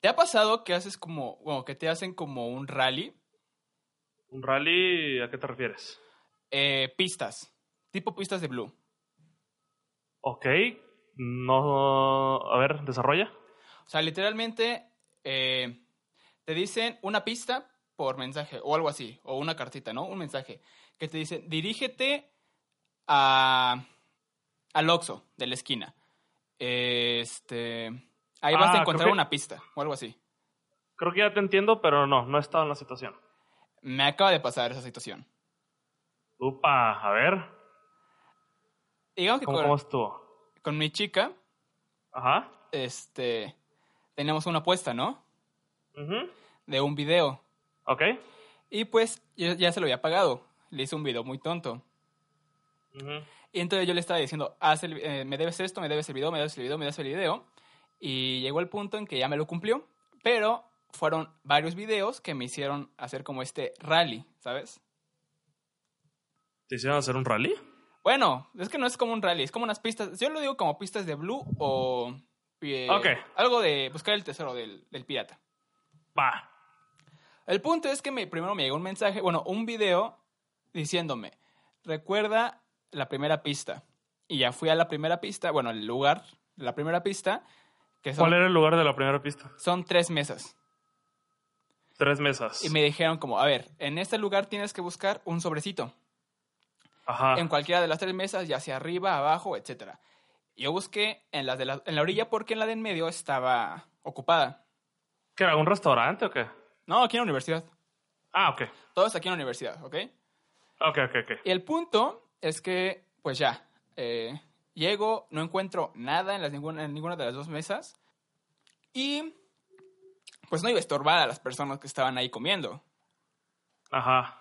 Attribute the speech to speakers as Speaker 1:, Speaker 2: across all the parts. Speaker 1: ¿Te ha pasado que haces como, bueno, que te hacen como un rally?
Speaker 2: ¿Un rally a qué te refieres?
Speaker 1: Eh, pistas, tipo pistas de blue.
Speaker 2: Ok, no, a ver, desarrolla.
Speaker 1: O sea, literalmente eh, te dicen una pista por mensaje o algo así, o una cartita, ¿no? Un mensaje que te dice, dirígete a, al Oxxo de la esquina. Este, ahí vas
Speaker 2: Ah,
Speaker 1: a encontrar
Speaker 2: creo que-
Speaker 1: una pista o algo así.
Speaker 2: Creo que ya te entiendo, pero no, no he estado en la situación.
Speaker 1: Me acaba de pasar esa situación.
Speaker 2: Upa, a ver,
Speaker 1: Digamos que
Speaker 2: ¿cómo,
Speaker 1: con,
Speaker 2: cómo estuvo?
Speaker 1: con mi chica,
Speaker 2: Ajá.
Speaker 1: este, teníamos una apuesta, ¿no?
Speaker 2: ujú,
Speaker 1: De un video.
Speaker 2: Ok.
Speaker 1: Y pues yo ya se lo había pagado. Le hice un video muy tonto.
Speaker 2: ujú.
Speaker 1: Y entonces yo le estaba diciendo, Haz el- eh, me debes esto, me debes el video, me debes el video, me debes el video. Y llegó el punto en que ya me lo cumplió, pero fueron varios videos que me hicieron hacer como este rally, ¿sabes?
Speaker 2: ¿Te hicieron hacer un rally?
Speaker 1: Bueno, es que no es como un rally, es como unas pistas. Yo lo digo como pistas de blue o eh,
Speaker 2: Ok.
Speaker 1: algo de buscar el tesoro del, del pirata.
Speaker 2: Va.
Speaker 1: El punto es que me- primero me llegó un mensaje, bueno, un video diciéndome, recuerda la primera pista. Y ya fui a la primera pista, bueno, el lugar, la primera pista, que son,
Speaker 2: ¿Cuál era el lugar de la primera pista?
Speaker 1: son tres mesas.
Speaker 2: Tres mesas.
Speaker 1: Y me dijeron como, a ver, en este lugar tienes que buscar un sobrecito.
Speaker 2: Ajá.
Speaker 1: En cualquiera de las tres mesas, ya sea arriba, abajo, etc. Yo busqué en, las de la, en la orilla porque en la de en medio estaba ocupada.
Speaker 2: ¿Qué era? ¿Un restaurante o qué?
Speaker 1: No, aquí en la universidad.
Speaker 2: Ah, ok.
Speaker 1: Todos aquí en la universidad, ¿ok?
Speaker 2: Ok, ok, ok.
Speaker 1: Y el punto es que, pues ya, eh, llego, no encuentro nada en, las ninguna, en ninguna de las dos mesas y pues no iba a estorbar a las personas que estaban ahí comiendo.
Speaker 2: Ajá.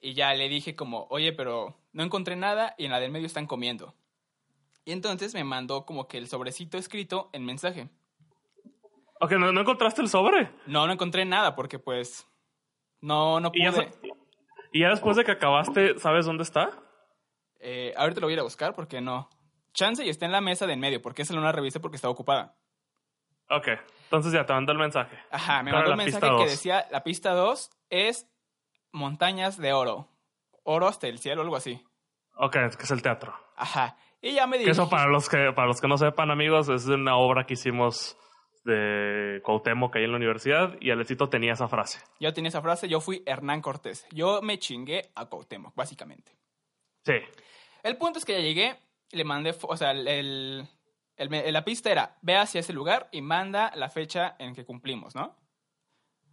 Speaker 1: Y ya le dije como, oye, pero no encontré nada y en la del medio están comiendo. Y entonces me mandó como que el sobrecito escrito en mensaje.
Speaker 2: Ok, ¿no, no encontraste el sobre?
Speaker 1: No, no encontré nada porque pues no, no
Speaker 2: ¿Y ya,
Speaker 1: pude.
Speaker 2: sa- y ya después de que acabaste, ¿sabes dónde está?
Speaker 1: Eh, ahorita lo voy a ir a buscar porque no. Chance y está en la mesa del medio porque esa no la revisé porque estaba ocupada.
Speaker 2: Ok. Entonces ya te mandó el mensaje.
Speaker 1: Ajá, me
Speaker 2: Claro,
Speaker 1: mandó un
Speaker 2: la
Speaker 1: mensaje
Speaker 2: pista
Speaker 1: que
Speaker 2: dos.
Speaker 1: decía, la pista 2 es montañas de oro. Oro hasta el cielo, algo así.
Speaker 2: Ok, es que es el teatro.
Speaker 1: Ajá. Y ya me
Speaker 2: Que
Speaker 1: dijo...
Speaker 2: eso para los que, para los que no sepan, amigos, es una obra que hicimos de Cuauhtémoc ahí en la universidad y Alecito tenía esa frase.
Speaker 1: Yo tenía esa frase, yo fui Hernán Cortés. Yo me chingué a Cuauhtémoc, básicamente.
Speaker 2: Sí.
Speaker 1: El punto es que ya llegué, le mandé... fo- O sea, el, el- el- la pista era, ve hacia ese lugar y manda la fecha en que cumplimos, ¿no?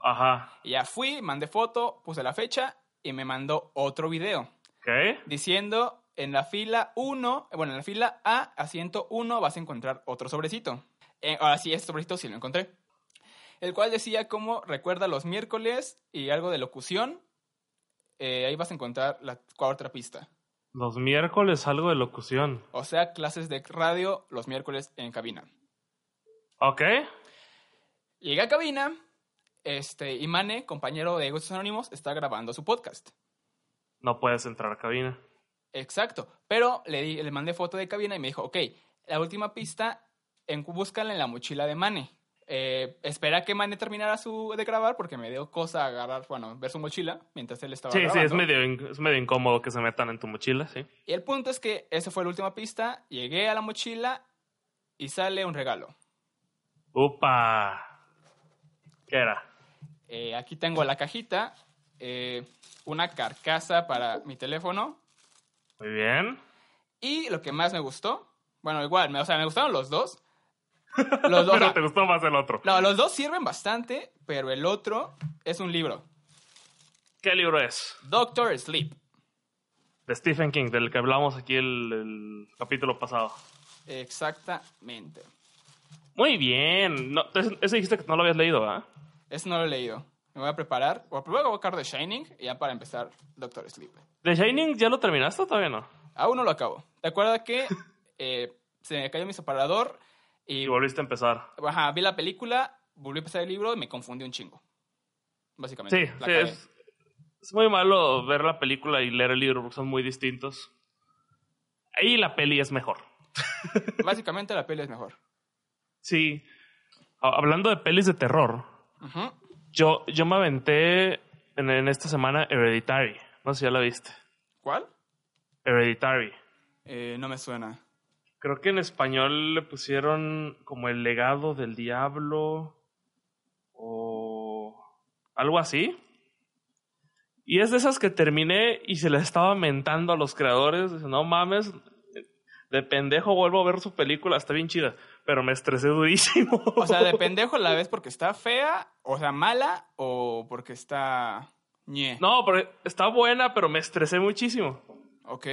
Speaker 2: Ajá.
Speaker 1: Y ya fui, mandé foto, puse la fecha y me mandó otro video.
Speaker 2: Ok.
Speaker 1: diciendo en la fila 1, bueno, en la fila A, asiento 1, vas a encontrar otro sobrecito. Eh, ahora sí, este sobrecito sí lo encontré. El cual decía como recuerda los miércoles y algo de locución. eh, ahí vas a encontrar la cuarta pista.
Speaker 2: Los miércoles algo de locución.
Speaker 1: O sea, clases de radio los miércoles en cabina.
Speaker 2: Ok.
Speaker 1: Llegué a cabina, este, y Mane, compañero de Egos Anónimos, está grabando su podcast.
Speaker 2: No puedes entrar a cabina.
Speaker 1: Exacto. Pero le, di- le mandé foto de cabina y me dijo, ok, la última pista, en, búscala en la mochila de Mane. Eh, espera que Mane terminara su, de grabar porque me dio cosa agarrar, bueno, ver su mochila mientras él estaba
Speaker 2: Sí, sí, es
Speaker 1: grabando.
Speaker 2: medio, in- es medio incómodo que se metan en tu mochila, sí.
Speaker 1: Y el punto es que esa fue la última pista, llegué a la mochila y sale un regalo.
Speaker 2: Upa. ¿Qué era?
Speaker 1: Eh, aquí tengo la cajita, eh, una carcasa para mi teléfono
Speaker 2: Muy bien.
Speaker 1: y lo que más me gustó, bueno, igual, me, o sea, me gustaron los dos. Los dos,
Speaker 2: Pero te gustó más el otro.
Speaker 1: No, los dos sirven bastante, pero el otro es un libro.
Speaker 2: ¿Qué libro es?
Speaker 1: Doctor Sleep.
Speaker 2: De Stephen King, del que hablamos aquí el, el capítulo pasado.
Speaker 1: Exactamente.
Speaker 2: Muy bien. No, ese, ese dijiste que no lo habías leído, ¿ah?
Speaker 1: Eso no lo he leído. Me voy a preparar. O primero voy a buscar The Shining y ya para empezar Doctor Sleep.
Speaker 2: ¿The Shining ya lo terminaste o todavía no?
Speaker 1: Aún no lo acabo. ¿Te acuerdas que eh, se me cayó mi separador y
Speaker 2: Y volviste a empezar.
Speaker 1: ajá, vi la película, volví a empezar el libro y me confundí un chingo?
Speaker 2: Sí,
Speaker 1: Básicamente. la
Speaker 2: sí,
Speaker 1: cagué.
Speaker 2: es, es muy malo ver la película y leer el libro porque son muy distintos. Ahí la peli es mejor.
Speaker 1: Básicamente la peli es mejor.
Speaker 2: Sí. a- hablando de pelis de terror,
Speaker 1: Ujú.
Speaker 2: yo, yo me aventé en, en esta semana Hereditary. No sé si ya la viste.
Speaker 1: ¿Cuál?
Speaker 2: Hereditary.
Speaker 1: Eh, no me suena.
Speaker 2: Creo que en español le pusieron como el legado del diablo o algo así. Y es de esas que terminé y se le estaba mentando a los creadores. Dice, No mames, de pendejo vuelvo a ver su película, está bien chida. Pero me estresé durísimo.
Speaker 1: O sea, de pendejo la ves porque está fea, o sea, mala, o porque está... Ñe.
Speaker 2: No, pero está buena, pero me estresé muchísimo.
Speaker 1: Ok.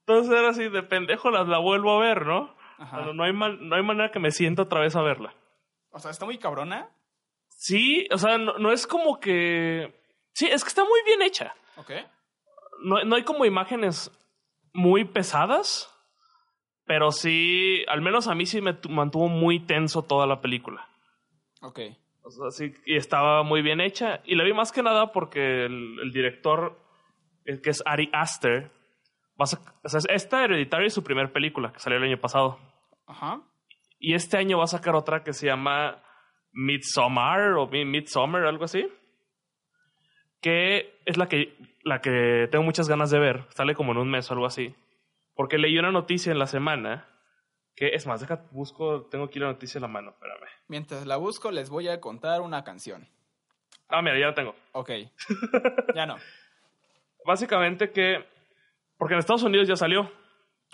Speaker 2: Entonces era así, de pendejo la, la vuelvo a ver, ¿no?
Speaker 1: Ajá.
Speaker 2: No, hay man- no hay manera que me sienta otra vez a verla.
Speaker 1: O sea, está muy cabrona.
Speaker 2: Sí, o sea, no, no es como que. Sí, es que está muy bien hecha.
Speaker 1: Ok.
Speaker 2: No, no hay como imágenes muy pesadas, pero sí, al menos a mí sí me tu- mantuvo muy tenso toda la película.
Speaker 1: Ok.
Speaker 2: O sea, sí, y estaba muy bien hecha. Y la vi más que nada porque el, el director, el que es Ari Aster, va a sac- o sea, esta Hereditaria es su primer película que salió el año pasado.
Speaker 1: Ajá.
Speaker 2: Y este año va a sacar otra que se llama Midsommar o Mi- Midsommar, algo así. Que es la que, la que tengo muchas ganas de ver. Sale como en un mes o algo así. Porque leí una noticia en la semana. Que es más, deja, busco, tengo aquí la noticia en la mano, espérame.
Speaker 1: Mientras la busco, les voy a contar una canción.
Speaker 2: Ah, mira, ya la tengo.
Speaker 1: Ok. ya no.
Speaker 2: Básicamente que. Porque en Estados Unidos ya salió.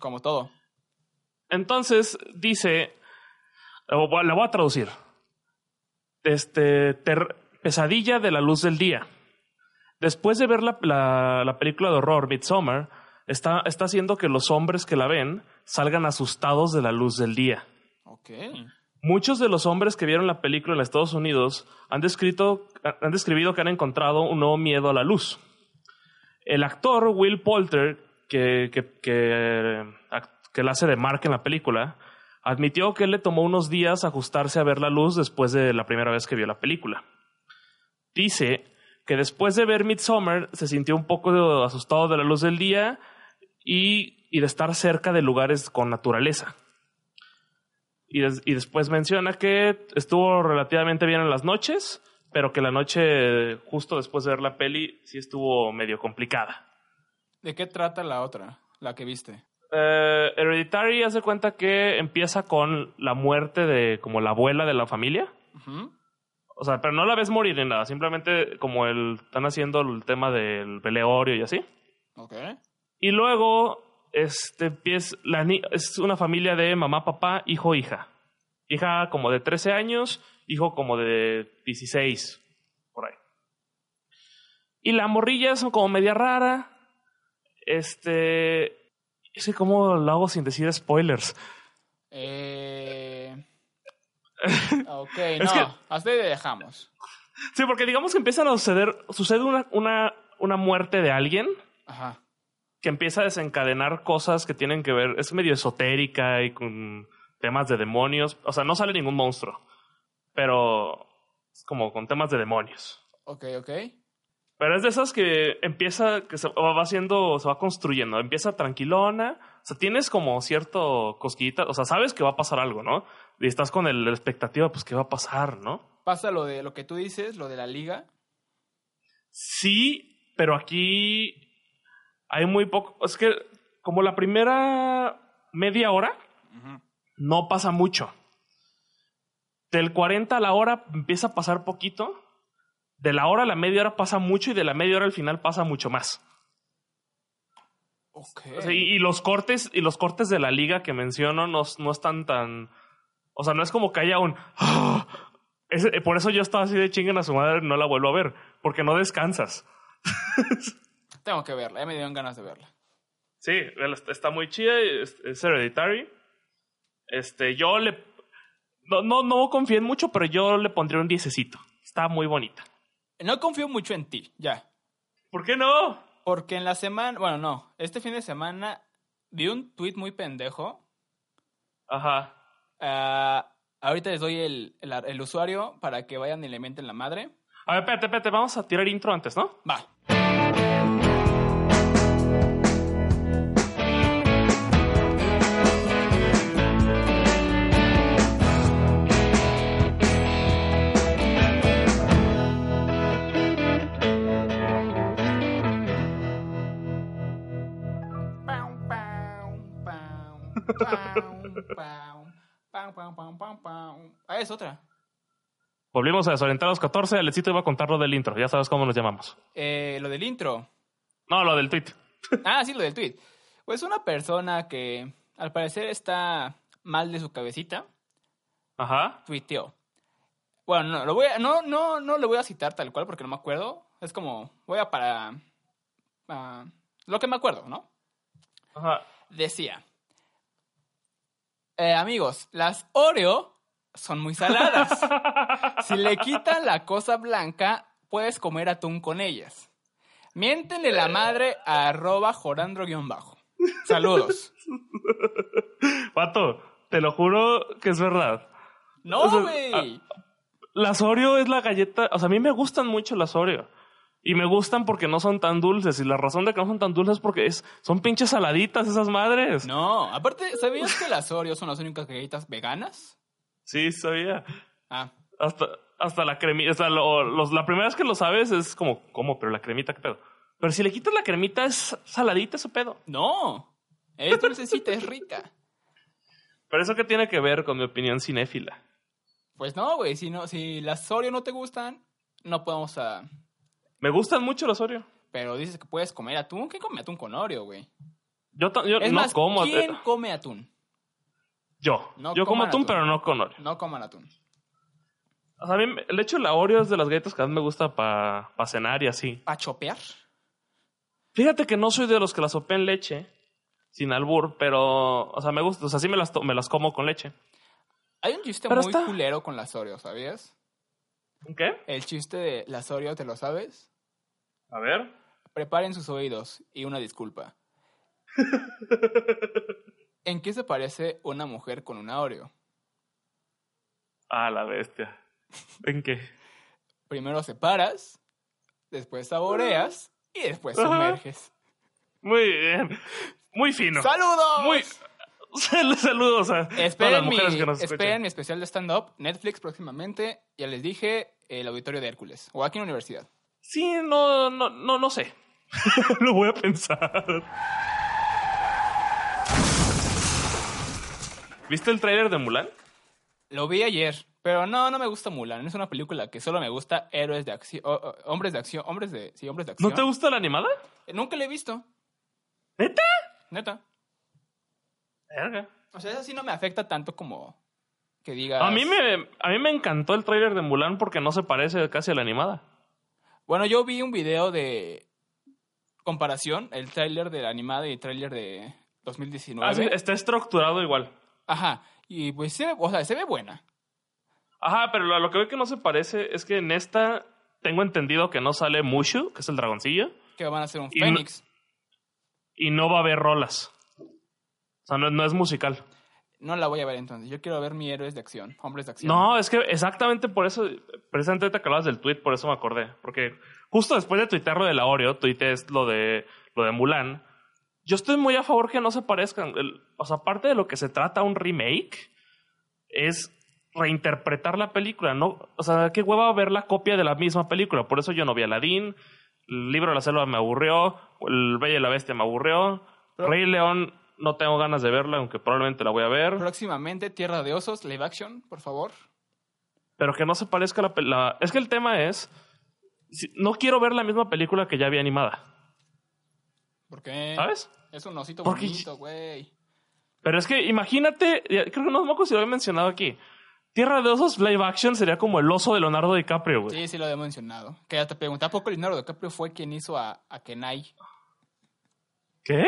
Speaker 1: Como todo.
Speaker 2: Entonces dice, la voy a- la voy a traducir. Este, ter- pesadilla de la luz del día. Después de ver la, la- la película de horror Midsommar, está, está haciendo que los hombres que la ven salgan asustados de la luz del día.
Speaker 1: Ok.
Speaker 2: Muchos de los hombres que vieron la película en Estados Unidos han, descrito, han describido que han encontrado un nuevo miedo a la luz. El actor Will Poulter, que, que, que, ac- que la hace de Mark en la película, admitió que le tomó unos días ajustarse a ver la luz después de la primera vez que vio la película. Dice que después de ver Midsommar se sintió un poco asustado de la luz del día y, y de estar cerca de lugares con naturaleza. Y, des- y después menciona que estuvo relativamente bien en las noches, pero que la noche justo después de ver la peli sí estuvo medio complicada.
Speaker 1: ¿De qué trata la otra? La que viste.
Speaker 2: Eh, Hereditary hace cuenta que empieza con la muerte de como la abuela de la familia.
Speaker 1: Ujú.
Speaker 2: O sea, pero no la ves morir ni nada, simplemente como el, están haciendo el tema del veleorio y así.
Speaker 1: Ok.
Speaker 2: Y luego este, empieza, la ni- es una familia de mamá, papá, hijo, hija. Hija como de 13 años, hijo como de 16, por ahí. Y la morrilla son como media rara. Este. Es que, ¿cómo lo hago sin decir spoilers?
Speaker 1: Eh... Ok,
Speaker 2: Es
Speaker 1: no.
Speaker 2: que-
Speaker 1: Hasta ahí le dejamos.
Speaker 2: Sí, porque digamos que empiezan a suceder. Sucede una, una, una muerte de alguien.
Speaker 1: Ajá.
Speaker 2: que empieza a desencadenar cosas que tienen que ver, es medio esotérica y con temas de demonios, o sea, no sale ningún monstruo, pero es como con temas de demonios.
Speaker 1: Ok, ok.
Speaker 2: Pero es de esas que empieza, que se va haciendo, se va construyendo, empieza tranquilona, o sea, tienes como cierto cosquillita, o sea, sabes que va a pasar algo, ¿no? Y estás con el- la expectativa, pues, ¿qué va a pasar, no?
Speaker 1: Pasa lo de lo que tú dices, lo de la liga.
Speaker 2: Sí, pero aquí hay muy poco, es que como la primera media hora,
Speaker 1: Ujú.
Speaker 2: no pasa mucho. Del 40 a la hora empieza a pasar poquito. De la hora a la media hora pasa mucho y de la media hora al final pasa mucho más.
Speaker 1: Ok.
Speaker 2: O sea, y, y los cortes, y los cortes de la liga que menciono no, no están tan. O sea, no es como que haya un. "Ah". Ese- eh, por eso yo estaba así de chinguen a su madre, no la vuelvo a ver. Porque no descansas.
Speaker 1: Tengo que verla. Ya me dieron ganas de verla.
Speaker 2: Sí, él est- está muy chida, y es, es hereditary. Este, yo le. No, no, no confío en mucho, pero yo le pondría un diececito. Está muy bonita.
Speaker 1: No confío mucho en ti, ya.
Speaker 2: ¿Por qué no?
Speaker 1: Porque en la semana, bueno, no, este fin de semana vi un tweet muy pendejo.
Speaker 2: Ajá.
Speaker 1: Ah, ahorita les doy el, el, ar- el usuario para que vayan y le mienten la madre.
Speaker 2: A ver, espérate, espérate, vamos a tirar intro antes, ¿no?
Speaker 1: Va. Pam, pam, pam, pam, pam, pam, pam. Ah, es otra.
Speaker 2: Volvimos a Desorientados 14. Alecito iba a contar lo del intro. Ya sabes cómo nos llamamos.
Speaker 1: Eh, lo del intro.
Speaker 2: No, lo del tweet.
Speaker 1: Ah, sí, lo del tweet. Pues una persona que al parecer está mal de su cabecita,
Speaker 2: Ajá.
Speaker 1: tuiteó. Bueno, no, lo voy a- no, no, no le voy a citar tal cual porque no me acuerdo. Es como, voy a para... ah, lo que me acuerdo, ¿no?
Speaker 2: Ajá.
Speaker 1: decía, "Eh, amigos, las Oreo son muy saladas. Si le quitan la cosa blanca, puedes comer atún con ellas. Miéntenle la madre a arroba jorandro-bajo. Saludos.
Speaker 2: Pato, te lo juro que es verdad. O
Speaker 1: No,
Speaker 2: sea,
Speaker 1: güey.
Speaker 2: Las Oreo es la galleta. O sea, a mí me gustan mucho las Oreo. Y me gustan porque no son tan dulces. Y la razón de que no son tan dulces es porque es, son pinches saladitas esas madres.
Speaker 1: No, aparte, ¿sabías que las Oreo son las únicas galletas veganas?
Speaker 2: Sí, sabía.
Speaker 1: Ah,
Speaker 2: Hasta, hasta la cremita. O sea, lo- los- la primera vez que lo sabes es como, ¿cómo? Pero la cremita, ¿qué pedo? Pero si le quitas la cremita, es saladita su pedo.
Speaker 1: no. Es dulcecita, es rica.
Speaker 2: Pero eso qué tiene que ver con mi opinión cinéfila.
Speaker 1: Pues no, güey. Si, no, si las Oreo no te gustan, no podemos... ah,
Speaker 2: Me gustan mucho los Oreo.
Speaker 1: Pero dices que puedes comer atún. ¿Quién come atún con Oreo, güey?
Speaker 2: Yo, ta- yo
Speaker 1: Es
Speaker 2: no
Speaker 1: más,
Speaker 2: como.
Speaker 1: ¿quién
Speaker 2: eh,
Speaker 1: come atún?
Speaker 2: Yo.
Speaker 1: no
Speaker 2: yo como
Speaker 1: coman
Speaker 2: atún,
Speaker 1: atún?
Speaker 2: pero no con Oreo.
Speaker 1: No coman atún.
Speaker 2: O sea, a mí, me- el hecho de la Oreo es de las galletas que más me gusta para cenar y así.
Speaker 1: ¿Para chopear?
Speaker 2: Fíjate que no soy de los que las sopé en leche, sin albur, pero. O sea, me gusta. O sea, sí me las, to- me las como con leche.
Speaker 1: Hay un chiste
Speaker 2: Pero
Speaker 1: muy
Speaker 2: está-
Speaker 1: culero con las Oreo, ¿sabías?
Speaker 2: ¿Qué?
Speaker 1: El chiste de las Oreo, ¿te lo sabes?
Speaker 2: A ver.
Speaker 1: Preparen sus oídos y una disculpa. ¿En qué se parece una mujer con una Oreo?
Speaker 2: Ah, la bestia. ¿En qué?
Speaker 1: Primero separas, después saboreas y después
Speaker 2: Ajá.
Speaker 1: sumerges.
Speaker 2: Muy bien. Muy fino.
Speaker 1: ¡Saludos!
Speaker 2: Muy. Saludos a todas las
Speaker 1: Esperen, mi,
Speaker 2: mujeres que nos escuchan.
Speaker 1: esperen mi especial de stand-up, Netflix próximamente, ya les dije, el auditorio de Hércules, o aquí en la universidad.
Speaker 2: Sí, no, no, no, no sé. Lo voy a pensar. ¿Viste el tráiler de Mulan?
Speaker 1: Lo vi ayer, pero no, no me gusta Mulan. Es una película que solo me gusta héroes de acción, o- o- hombres de acción, hombres de, sí, hombres de acción.
Speaker 2: ¿No te gusta la animada?
Speaker 1: Nunca la he visto,
Speaker 2: ¿Neta?
Speaker 1: neta.
Speaker 2: Verga.
Speaker 1: O sea, esa sí no me afecta tanto como que digas.
Speaker 2: A mí me, a mí me encantó el tráiler de Mulan porque no se parece casi a la animada.
Speaker 1: Bueno, yo vi un video de comparación, el tráiler del animado y el tráiler de 2019.
Speaker 2: Ah, sí, está estructurado igual.
Speaker 1: Ajá. Y pues se ve, o sea, se ve buena.
Speaker 2: Ajá, pero lo, lo que veo que no se parece es que en esta tengo entendido que no sale Mushu, que es el dragoncillo,
Speaker 1: Que van a hacer un
Speaker 2: Y no-
Speaker 1: Fénix.
Speaker 2: y no va a haber rolas. O sea, no, no es musical.
Speaker 1: No la voy a ver entonces. Yo quiero ver mi héroes de acción, hombres de acción.
Speaker 2: No, es que exactamente por eso, precisamente te acabas del tweet, por eso me acordé. Porque justo después de tuitear lo de la Oreo, tuitees lo de, lo de Mulan. Yo estoy muy a favor que no se parezcan. El- o sea, aparte de lo que se trata un remake, es reinterpretar la película. No, o sea, qué hueva ver la copia de la misma película. Por eso yo no vi Aladdin, el libro de la selva me aburrió, el Bella y la Bestia me aburrió,
Speaker 1: Pero-
Speaker 2: Rey León no tengo ganas de verla, aunque probablemente la voy a ver.
Speaker 1: Próximamente, Tierra de Osos, live action, por favor.
Speaker 2: pero que no se parezca a la, pel- la- Es que el tema es, si- no quiero ver la misma película que ya había animada,
Speaker 1: Porque
Speaker 2: ¿sabes?
Speaker 1: es un osito
Speaker 2: Porque-
Speaker 1: bonito, güey.
Speaker 2: Pero es que imagínate, ya- creo que no me acuerdo si lo había mencionado aquí. Tierra de Osos live action sería como el oso de Leonardo DiCaprio, güey.
Speaker 1: Sí, sí lo había mencionado. Que ya te preguntaba, ¿a poco Leonardo DiCaprio fue quien hizo a, a Kenai?
Speaker 2: ¿Qué?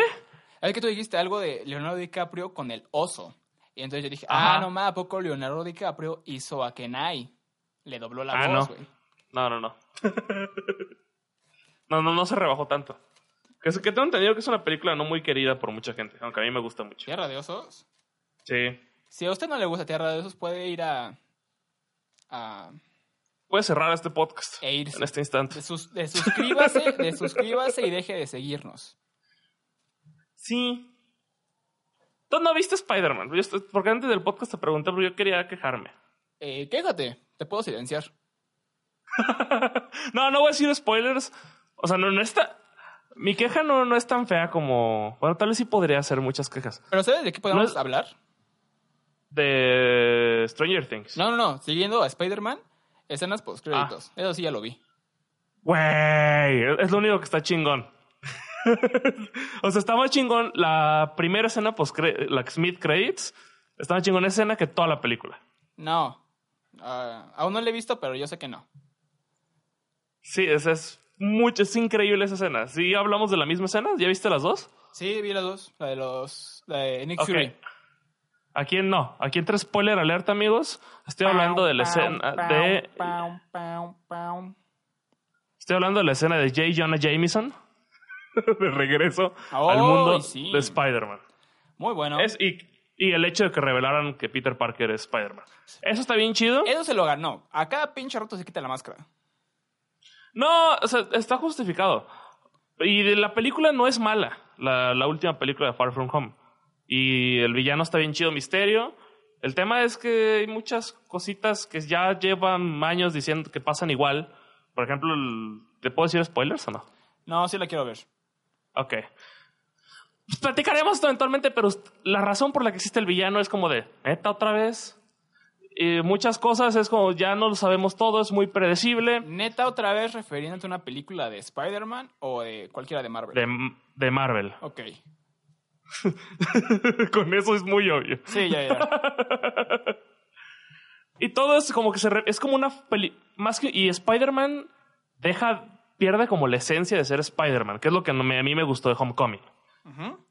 Speaker 1: Es que tú dijiste algo de Leonardo DiCaprio con el oso. Y entonces yo dije, ah,
Speaker 2: Ajá.
Speaker 1: no más, ¿a poco Leonardo DiCaprio hizo a Kenai? Le dobló la
Speaker 2: Ah,
Speaker 1: voz,
Speaker 2: no.
Speaker 1: güey.
Speaker 2: No, no, no. no, no, no se rebajó tanto. Que, es- que tengo entendido que es una película no muy querida por mucha gente, aunque a mí me gusta mucho.
Speaker 1: Tierra de Osos.
Speaker 2: Sí.
Speaker 1: Si a usted no le gusta Tierra de Osos, puede ir a... a
Speaker 2: Puedes cerrar este podcast
Speaker 1: e irse.
Speaker 2: en este instante.
Speaker 1: Desus- desuscríbase, desuscríbase y deje de seguirnos.
Speaker 2: Sí. Tú no viste Spider-Man. Yo estoy- Porque antes del podcast te pregunté, pero yo quería quejarme.
Speaker 1: Eh, quéjate, te puedo silenciar.
Speaker 2: no, no voy a decir spoilers. O sea, no, no está. Mi queja no, no es tan fea como. Bueno, tal vez sí podría hacer muchas quejas.
Speaker 1: Pero ¿sabes de qué podemos
Speaker 2: No es-
Speaker 1: hablar?
Speaker 2: De Stranger Things.
Speaker 1: No, no, no. Siguiendo a Spider-Man, escenas
Speaker 2: Ah.
Speaker 1: post-créditos. Eso sí ya lo vi.
Speaker 2: Güey, es lo único que está chingón. o sea, está más chingón la primera escena post la Smith Credits. Está más chingón esa escena que toda la película.
Speaker 1: No. Ah, aún no lo he visto, pero yo sé que no.
Speaker 2: Sí, esa es mucho, es increíble esa escena. Sí, hablamos de la misma escena. ¿Ya viste las dos?
Speaker 1: Sí, vi las dos. La de los... La de Nick
Speaker 2: Ok.
Speaker 1: Fury.
Speaker 2: ¿A quién no? Aquí entra spoiler alerta, amigos. Estoy hablando de la escena de.
Speaker 1: Pau, pau, pau.
Speaker 2: Estoy hablando de la escena de J. Jonah Jameson. de regreso al
Speaker 1: Oh,
Speaker 2: mundo
Speaker 1: sí.
Speaker 2: de Spider-Man.
Speaker 1: Muy bueno.
Speaker 2: Es, y, y el hecho de que revelaran que Peter Parker es Spider-Man. Eso está bien chido.
Speaker 1: Eso se lo ganó. A cada pinche rato se quita la máscara.
Speaker 2: No, o sea, está justificado. Y de la película no es mala, la, la última película de Far From Home. Y el villano está bien chido, Misterio. El tema es que hay muchas cositas que ya llevan años diciendo que pasan igual. Por ejemplo, el- ¿te puedo decir spoilers o no?
Speaker 1: No, sí la quiero ver.
Speaker 2: Ok. Pues platicaremos esto eventualmente, pero ust- la razón por la que existe el villano es como de, ¿neta otra vez? Y muchas cosas es como, ya no lo sabemos todo, es muy predecible.
Speaker 1: Neta, otra vez refiriéndote a una película de Spider-Man o de cualquiera de Marvel.
Speaker 2: De, de Marvel.
Speaker 1: Ok.
Speaker 2: Con eso es muy obvio.
Speaker 1: Sí, ya, ya.
Speaker 2: Y todo es como que se... re- es como una peli... Más que... Y Spider-Man deja... Pierde como la esencia de ser Spider-Man, que es lo que no me- a mí me gustó de Homecoming.
Speaker 1: Ujú.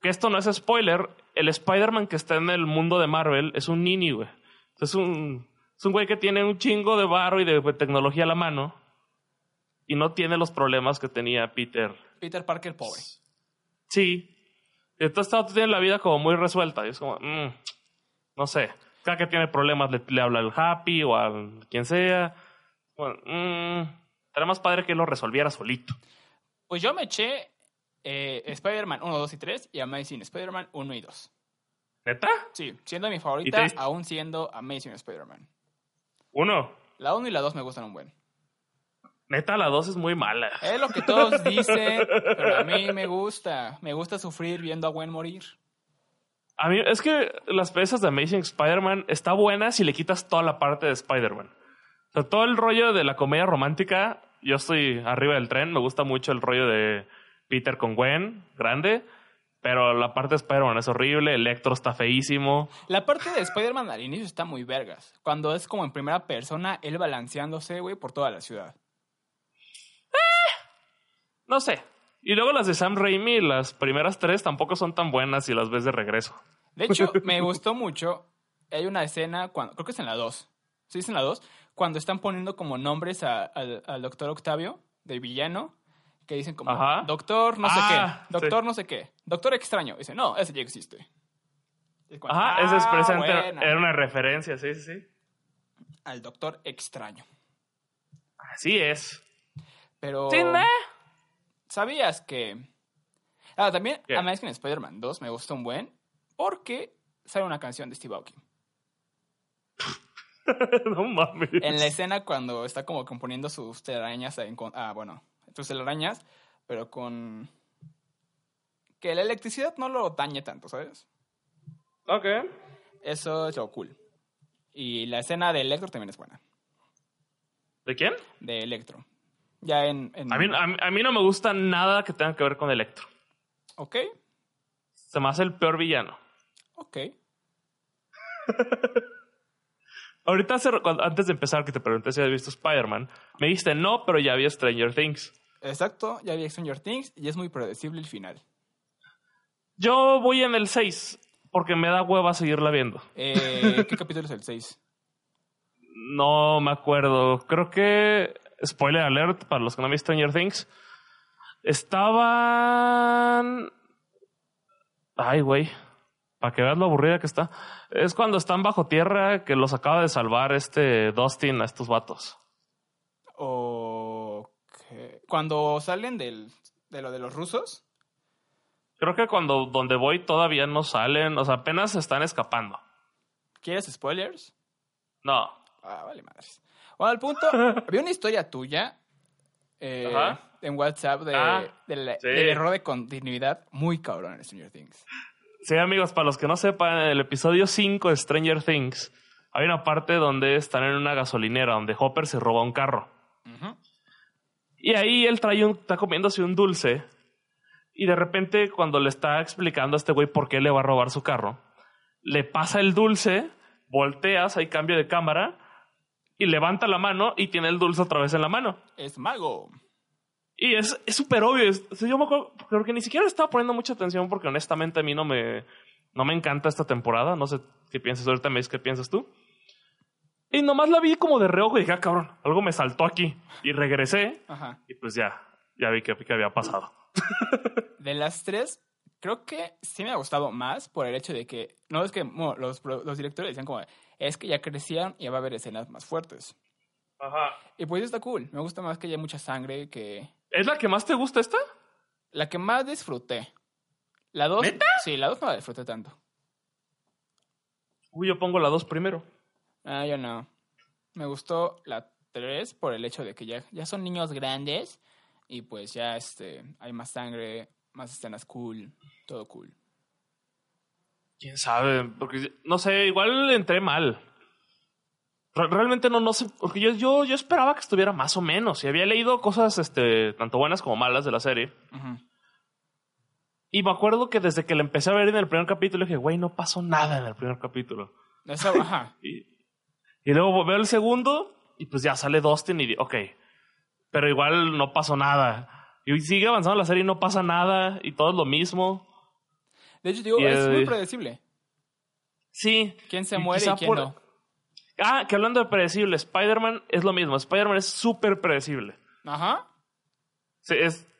Speaker 2: Que esto no es spoiler. El Spider-Man que está en el mundo de Marvel es un nini, güey. Es un... Es un güey que tiene un chingo de barro y de tecnología a la mano. Y no tiene los problemas que tenía Peter
Speaker 1: Peter Parker, pobre.
Speaker 2: Sí. Entonces todo tiene la vida como muy resuelta. Y es como, mm, no sé. Cada que tiene problemas le, le habla al Happy o al quien sea. Bueno, mm, estaría más padre que él lo resolviera solito.
Speaker 1: Pues yo me eché eh, Spider-Man 1, 2 y 3 y Amazing Spider-Man 1 y 2.
Speaker 2: ¿Neta?
Speaker 1: Sí, siendo mi
Speaker 2: ¿Y
Speaker 1: favorita,
Speaker 2: te diste-
Speaker 1: aún siendo Amazing Spider-Man.
Speaker 2: Uno.
Speaker 1: La 1 y la 2 me gustan un buen.
Speaker 2: Neta, la dos es muy mala.
Speaker 1: Es lo que todos dicen, pero a mí me gusta. Me gusta sufrir viendo a Gwen morir.
Speaker 2: A mí es que las piezas de Amazing Spider-Man está buena si le quitas toda la parte de Spider-Man. O sea, todo el rollo de la comedia romántica, yo estoy arriba del tren, me gusta mucho el rollo de Peter con Gwen, grande, pero la parte de Spider-Man es horrible, Electro está feísimo.
Speaker 1: La parte de Spider-Man al inicio está muy vergas. Cuando es como en primera persona, él balanceándose, güey, por toda la ciudad.
Speaker 2: No sé. Y luego las de Sam Raimi, las primeras tres tampoco son tan buenas si las ves de regreso.
Speaker 1: De hecho, me gustó mucho. Hay una escena, cuando, creo que es en la 2. Sí, es en la 2. Cuando están poniendo como nombres a- al, al doctor Octavio, de villano, que dicen como,
Speaker 2: Ajá.
Speaker 1: doctor no
Speaker 2: Ah,
Speaker 1: sé qué, doctor no sé qué, doctor extraño. Dice, no, ese ya existe. Es cuando,
Speaker 2: Ajá, ese es
Speaker 1: "Ah,
Speaker 2: presente,
Speaker 1: bueno,
Speaker 2: era una referencia, sí, sí, sí.
Speaker 1: Al doctor extraño.
Speaker 2: Así es.
Speaker 1: Pero,
Speaker 2: Sí, ¿no?
Speaker 1: ¿sabías que...? Ah, también
Speaker 2: ¿Qué?
Speaker 1: Amazing Spider-Man 2 me gustó un buen porque sale una canción de Steve Aoki.
Speaker 2: no mames.
Speaker 1: En la escena cuando está como componiendo sus telarañas, en con- ah, bueno, sus telarañas, pero con... Que la electricidad no lo dañe tanto, ¿sabes?
Speaker 2: Ok.
Speaker 1: Eso es lo cool. Y la escena de Electro también es buena,
Speaker 2: ¿De quién?
Speaker 1: de Electro. Ya en... en-
Speaker 2: A mí, a, mí- a mí no me gusta nada que tenga que ver con Electro.
Speaker 1: Ok,
Speaker 2: Se me hace el peor villano.
Speaker 1: ok.
Speaker 2: Ahorita, hace- cuando- antes de empezar, que te pregunté si habías visto Spider-Man, me dijiste no, pero ya vi Stranger Things.
Speaker 1: Exacto, ya vi Stranger Things y es muy predecible el final.
Speaker 2: Yo voy en el 6, porque me da hueva seguirla viendo.
Speaker 1: Eh, ¿Qué capítulo es el 6?
Speaker 2: No me acuerdo. Creo que, spoiler alert para los que no han visto Stranger Things, estaban... Ay, güey. Para que veas lo aburrida que está. Es cuando están bajo tierra que los acaba de salvar este Dustin a estos vatos.
Speaker 1: O... Cuando salen del, de lo de los rusos.
Speaker 2: Creo que cuando donde voy todavía no salen, o sea, apenas se están escapando.
Speaker 1: ¿Quieres spoilers?
Speaker 2: No.
Speaker 1: Ah, vale madres. Bueno, al punto, había una historia tuya eh,
Speaker 2: Ajá.
Speaker 1: en WhatsApp de,
Speaker 2: Ah,
Speaker 1: del-
Speaker 2: sí.
Speaker 1: del error de continuidad muy cabrón en Stranger Things.
Speaker 2: Sí, amigos, para los que no sepan, en el episodio 5 de Stranger Things hay una parte donde están en una gasolinera donde Hopper se roba un carro.
Speaker 1: Ujú.
Speaker 2: Y ahí él trae un, está comiéndose un dulce. Y de repente, cuando le está explicando a este güey por qué le va a robar su carro, le pasa el dulce, volteas, hay cambio de cámara, y levanta la mano y tiene el dulce otra vez en la mano.
Speaker 1: Es mago.
Speaker 2: Y es es súper obvio. es- o sea, yo me acuerdo, creo que ni siquiera le estaba poniendo mucha atención porque honestamente a mí no me, no me encanta esta temporada. No sé qué piensas ahorita, me dices qué piensas tú. Y nomás la vi como de reojo y dije, ah, cabrón, algo me saltó aquí. Y regresé
Speaker 1: Ajá.
Speaker 2: y pues ya, ya vi que, que había pasado.
Speaker 1: De las tres, creo que sí me ha gustado más por el hecho de que, no es que bueno, los, pro- los directores decían como, es que ya crecían y ya va a haber escenas más fuertes.
Speaker 2: Ajá.
Speaker 1: Y pues está cool, me gusta más que haya mucha sangre que...
Speaker 2: ¿Es la que más te gusta esta?
Speaker 1: La que más disfruté. La dos...
Speaker 2: ¿Neta?
Speaker 1: Sí, la dos no la disfruté tanto.
Speaker 2: Uy, yo pongo la dos primero.
Speaker 1: Ah, yo no. Me gustó la tres por el hecho de que ya, ya son niños grandes y pues ya este hay más sangre, más escenas cool, todo cool.
Speaker 2: Quién sabe, porque no sé, igual entré mal. Re- Realmente no, no sé, porque yo, yo, yo esperaba que estuviera más o menos y había leído cosas este, tanto buenas como malas de la serie.
Speaker 1: Ujú.
Speaker 2: Y me acuerdo que desde que la empecé a ver en el primer capítulo dije, güey, no pasó nada en el primer capítulo.
Speaker 1: Eso, ajá.
Speaker 2: Y, y luego veo el segundo y pues ya sale Dustin y di- ok. Pero igual no pasó nada. Y sigue avanzando la serie y no pasa nada y todo es lo mismo.
Speaker 1: De hecho, digo,
Speaker 2: Y
Speaker 1: es muy
Speaker 2: el-
Speaker 1: predecible.
Speaker 2: Sí.
Speaker 1: ¿Quién se
Speaker 2: Y
Speaker 1: muere y
Speaker 2: quizá
Speaker 1: quién
Speaker 2: por-
Speaker 1: no?
Speaker 2: Ah, que hablando de predecible, Spider-Man es lo mismo. Spider-Man es súper predecible.
Speaker 1: Ajá.
Speaker 2: Sí, es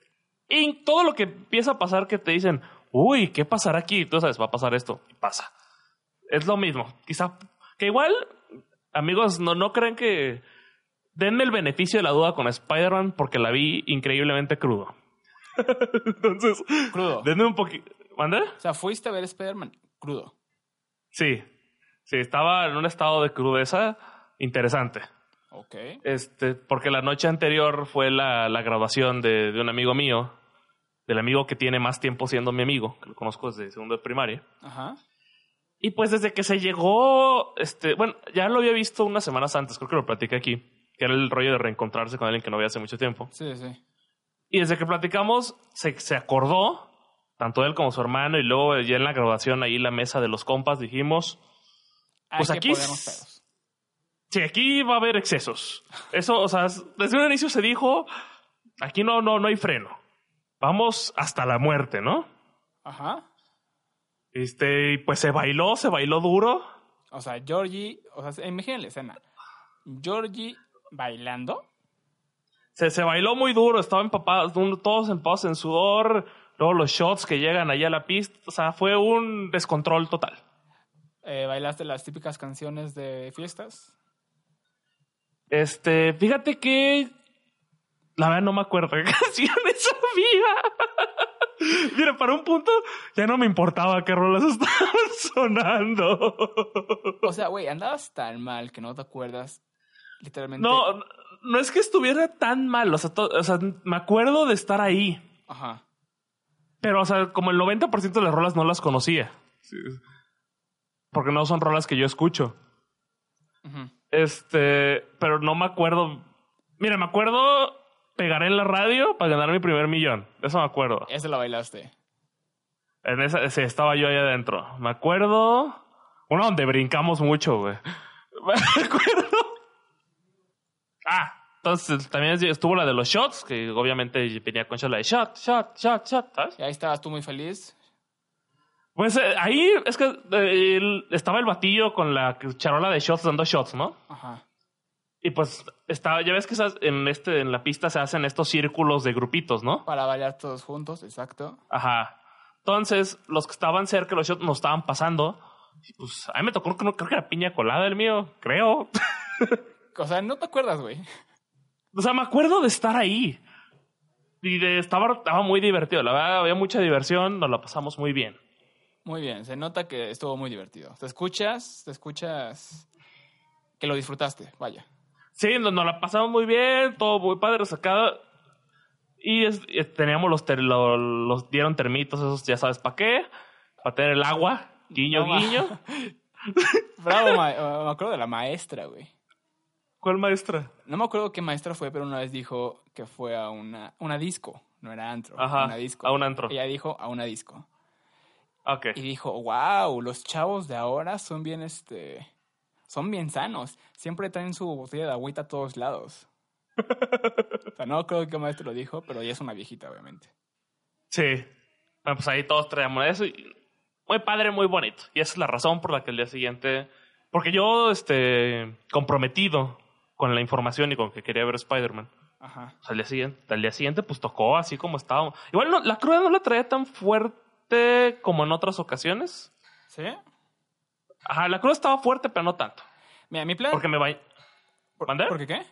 Speaker 2: y todo lo que empieza a pasar que te dicen, uy, ¿qué pasará aquí? Tú sabes, va a pasar esto. Y pasa. Es lo mismo. Quizá. Que igual, amigos, no, no creen que. Denme el beneficio de la duda con Spider-Man porque la vi increíblemente crudo. Entonces,
Speaker 1: Crudo.
Speaker 2: denme un poquito. ¿Mande?
Speaker 1: O sea, fuiste a ver Spider-Man crudo.
Speaker 2: Sí. Sí, estaba en un estado de crudeza interesante.
Speaker 1: Ok.
Speaker 2: Este, porque la noche anterior fue la, la graduación de, de un amigo mío, del amigo que tiene más tiempo siendo mi amigo, que lo conozco desde segundo de primaria.
Speaker 1: Ajá.
Speaker 2: Y pues desde que se llegó, este, bueno, ya lo había visto unas semanas antes, creo que lo platiqué aquí, que era el rollo de reencontrarse con alguien que no había hace mucho tiempo.
Speaker 1: Sí, sí.
Speaker 2: Y desde que platicamos, se, se acordó, tanto él como su hermano, y luego ya en la graduación, ahí en la mesa de los compas, dijimos,
Speaker 1: Hay
Speaker 2: Pues
Speaker 1: que
Speaker 2: aquí
Speaker 1: ponernos
Speaker 2: s-
Speaker 1: pedos.
Speaker 2: Sí, aquí va a haber excesos. Eso, o sea, desde un inicio se dijo, aquí no, no, no hay freno. Vamos hasta la muerte, ¿no?
Speaker 1: Ajá.
Speaker 2: Este, y pues se bailó, se bailó duro.
Speaker 1: O sea, Georgie, o sea, imaginen la escena. Georgie bailando.
Speaker 2: Se, se bailó muy duro, estaba empapado, un- todos empapados en sudor, luego los shots que llegan allá a la pista, o sea, fue un descontrol total.
Speaker 1: eh, bailaste las típicas canciones de fiestas.
Speaker 2: Este, fíjate que la verdad no me acuerdo qué canciones había. Mira, para un punto ya no me importaba qué rolas estaban sonando.
Speaker 1: O sea, güey, andabas tan mal que no te acuerdas literalmente.
Speaker 2: No, no es que estuviera tan mal, o sea, to- o sea, me acuerdo de estar ahí,
Speaker 1: Ajá.
Speaker 2: pero o sea, como el 90% de las rolas no las conocía. Porque no son rolas que yo escucho.
Speaker 1: ujú.
Speaker 2: Este, pero no me acuerdo. Mira, me acuerdo pegar en la radio para ganar mi primer millón. Eso me acuerdo.
Speaker 1: Esa la bailaste.
Speaker 2: En esa, sí, estaba yo ahí adentro. Me acuerdo. Una donde brincamos mucho, güey. Me acuerdo. Ah, entonces también estuvo la de los shots, que obviamente venía con la de shot, shot, shot, shot, ¿sabes?
Speaker 1: Y ahí estabas tú muy feliz.
Speaker 2: Pues eh, ahí es que eh, el- estaba el batillo con la charola de shots dando shots, ¿no?
Speaker 1: Ajá.
Speaker 2: Y pues estaba, ya ves que esas- en este, en la pista se hacen estos círculos de grupitos, ¿no?
Speaker 1: Para bailar todos juntos, exacto.
Speaker 2: Ajá. Entonces, los que estaban cerca, de los shots nos estaban pasando. Y pues a mí me tocó, creo, creo que era piña colada el mío, creo.
Speaker 1: O sea, no te acuerdas, güey.
Speaker 2: O sea, me acuerdo de estar ahí. Y de, estaba, estaba muy divertido, la verdad, había mucha diversión, nos la pasamos muy bien.
Speaker 1: Muy bien, se nota que estuvo muy divertido. Te escuchas, te escuchas que lo disfrutaste, vaya.
Speaker 2: Sí, nos, nos la pasamos muy bien, todo muy padre. O sea, cada- Y es- eh, teníamos los, ter- lo- los dieron termitos, esos ya sabes para qué, para tener el agua, guiño,
Speaker 1: No, ma-
Speaker 2: guiño.
Speaker 1: Bravo, ma- eh, me acuerdo de la maestra, güey.
Speaker 2: ¿Cuál maestra?
Speaker 1: No me acuerdo qué maestra fue, pero una vez dijo que fue a una, una disco. No era antro,
Speaker 2: Ajá,
Speaker 1: una disco.
Speaker 2: a un antro.
Speaker 1: Ella dijo a una disco.
Speaker 2: Ok.
Speaker 1: Y dijo, wow, los chavos de ahora son bien, este, son bien sanos. Siempre traen su botella de agüita a todos lados. o sea, no creo que maestro lo dijo, pero ella es una viejita, obviamente.
Speaker 2: Sí. Bueno, pues ahí todos traíamos eso. y- muy padre, muy bonito. Y esa es la razón por la que el día siguiente. Porque yo, este, comprometido con la información y con que quería ver Spider-Man.
Speaker 1: Ajá.
Speaker 2: Al día siguiente, al día siguiente, pues tocó así como estábamos. Igual no, la cruda no la traía tan fuerte como en otras ocasiones.
Speaker 1: ¿Sí?
Speaker 2: Ajá, la cruda estaba fuerte, pero no tanto.
Speaker 1: Mira, mi plan...
Speaker 2: Porque me bañé.
Speaker 1: por-
Speaker 2: ¿Mande?
Speaker 1: ¿Por qué qué?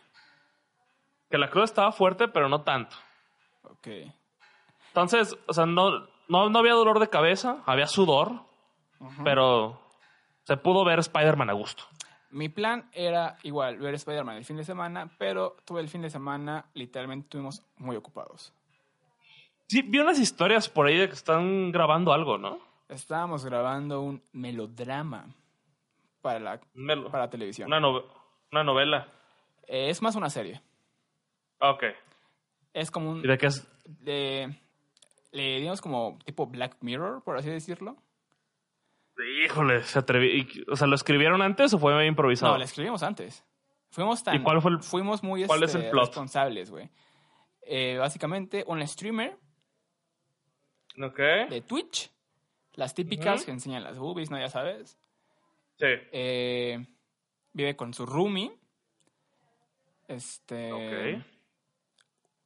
Speaker 2: Que la cruda estaba fuerte, pero no tanto.
Speaker 1: Ok.
Speaker 2: Entonces, o sea, no, no, no había dolor de cabeza, había sudor,
Speaker 1: Ujú.
Speaker 2: pero se pudo ver Spider-Man a gusto.
Speaker 1: Mi plan era igual ver Spider-Man el fin de semana, pero todo el fin de semana literalmente estuvimos muy ocupados.
Speaker 2: Sí, vi unas historias por ahí de que están grabando algo, ¿no?
Speaker 1: Estábamos grabando un melodrama para la
Speaker 2: Me lo-
Speaker 1: para televisión.
Speaker 2: Una, nove- una novela.
Speaker 1: Eh, es más una serie.
Speaker 2: Ah, Ok.
Speaker 1: Es como un
Speaker 2: ¿Y de qué es?
Speaker 1: de- le dimos como tipo Black Mirror, por así decirlo.
Speaker 2: Híjole, se atrevi... y- O sea, ¿lo escribieron antes o fue improvisado?
Speaker 1: No, la escribimos antes. Fuimos tan
Speaker 2: ¿Y cuál fue el-
Speaker 1: fuimos muy
Speaker 2: cuál
Speaker 1: este,
Speaker 2: es el plot?
Speaker 1: responsables, güey. Eh, básicamente un streamer
Speaker 2: Ok.
Speaker 1: de Twitch, las típicas
Speaker 2: Ujú.
Speaker 1: que enseñan las boobies, no ya sabes.
Speaker 2: Sí.
Speaker 1: eh, vive con su roomie. Este.
Speaker 2: Ok.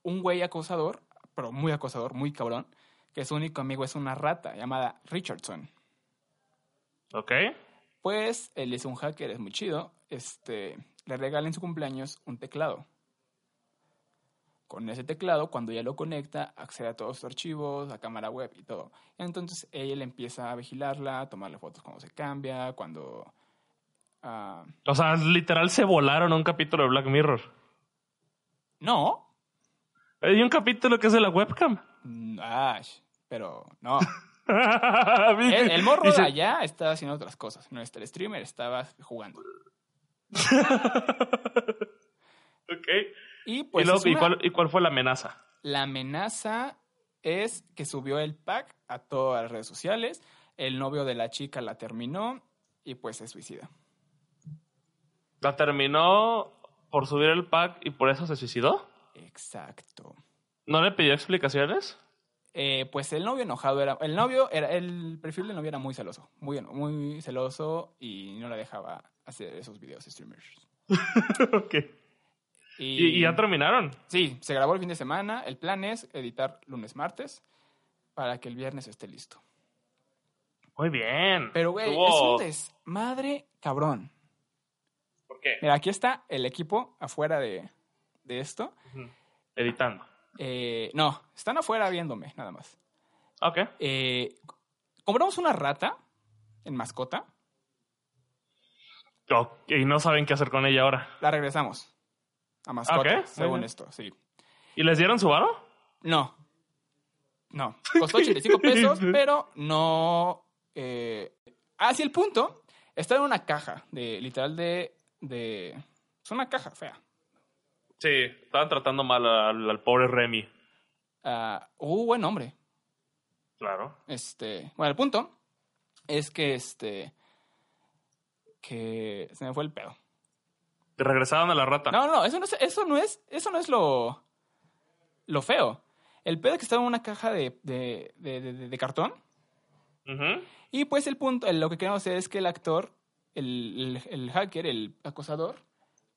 Speaker 1: Un güey acosador, pero muy acosador, muy cabrón, que su único amigo es una rata llamada Richardson.
Speaker 2: Ok.
Speaker 1: Pues él es un hacker, es muy chido. Este. Le regala en su cumpleaños un teclado. Con ese teclado, cuando ya lo conecta, accede a todos sus archivos, a cámara web y todo. Entonces él empieza a vigilarla, a tomarle fotos cuando se cambia, cuando. ah,
Speaker 2: O sea, literal se volaron un capítulo de Black Mirror.
Speaker 1: no,
Speaker 2: Hay un capítulo que es de la webcam.
Speaker 1: Mm, Ash, pero no. El,
Speaker 2: el,
Speaker 1: el morro de allá estaba haciendo otras cosas. Nuestro streamer estaba jugando.
Speaker 2: Ok.
Speaker 1: Y pues
Speaker 2: y, luego,
Speaker 1: es
Speaker 2: ¿y
Speaker 1: una-
Speaker 2: cuál, y cuál fue la amenaza?
Speaker 1: la amenaza es que subió el pack a todas las redes sociales. El novio de la chica la terminó y pues se suicida.
Speaker 2: ¿La terminó por subir el pack y por eso se suicidó?
Speaker 1: Exacto.
Speaker 2: ¿No le pidió explicaciones?
Speaker 1: Eh, pues el novio enojado era. El novio era. El perfil del novio era muy celoso. Muy, eno- muy celoso y no la dejaba hacer esos videos streamers.
Speaker 2: ok. ¿Y, y ya terminaron?
Speaker 1: Sí, se grabó el fin de semana. El plan es editar lunes, martes, para que el viernes esté listo.
Speaker 2: Muy bien.
Speaker 1: Pero, güey, es
Speaker 2: Estuvo-
Speaker 1: un desmadre cabrón.
Speaker 2: ¿Por qué?
Speaker 1: Mira, aquí está el equipo afuera de, de esto.
Speaker 2: Ujú. Editando.
Speaker 1: Eh, no, están afuera viéndome, nada más.
Speaker 2: Ok.
Speaker 1: Eh, compramos una rata en mascota,
Speaker 2: Ok, Y no saben qué hacer con ella ahora.
Speaker 1: la regresamos a mascota,
Speaker 2: Ok, muy
Speaker 1: según
Speaker 2: bien.
Speaker 1: esto, sí.
Speaker 2: ¿Y les dieron su varo?
Speaker 1: No, no, costó 85 pesos, pero no... Eh... Ah, sí, el punto está en una caja, de literal de... de... Es una caja fea.
Speaker 2: Sí, estaban tratando mal al, al pobre Remy.
Speaker 1: Ah, uh, buen hombre.
Speaker 2: Claro.
Speaker 1: Este, bueno, el punto es que este que se me fue el pedo.
Speaker 2: Te regresaron a la rata.
Speaker 1: No, no, eso no es eso no es eso no es lo lo feo. El pedo es que estaba en una caja de de, de- de- de- de cartón
Speaker 2: Ujú.
Speaker 1: y pues el punto eh, lo que queremos hacer es que el actor el, el- el hacker, el acosador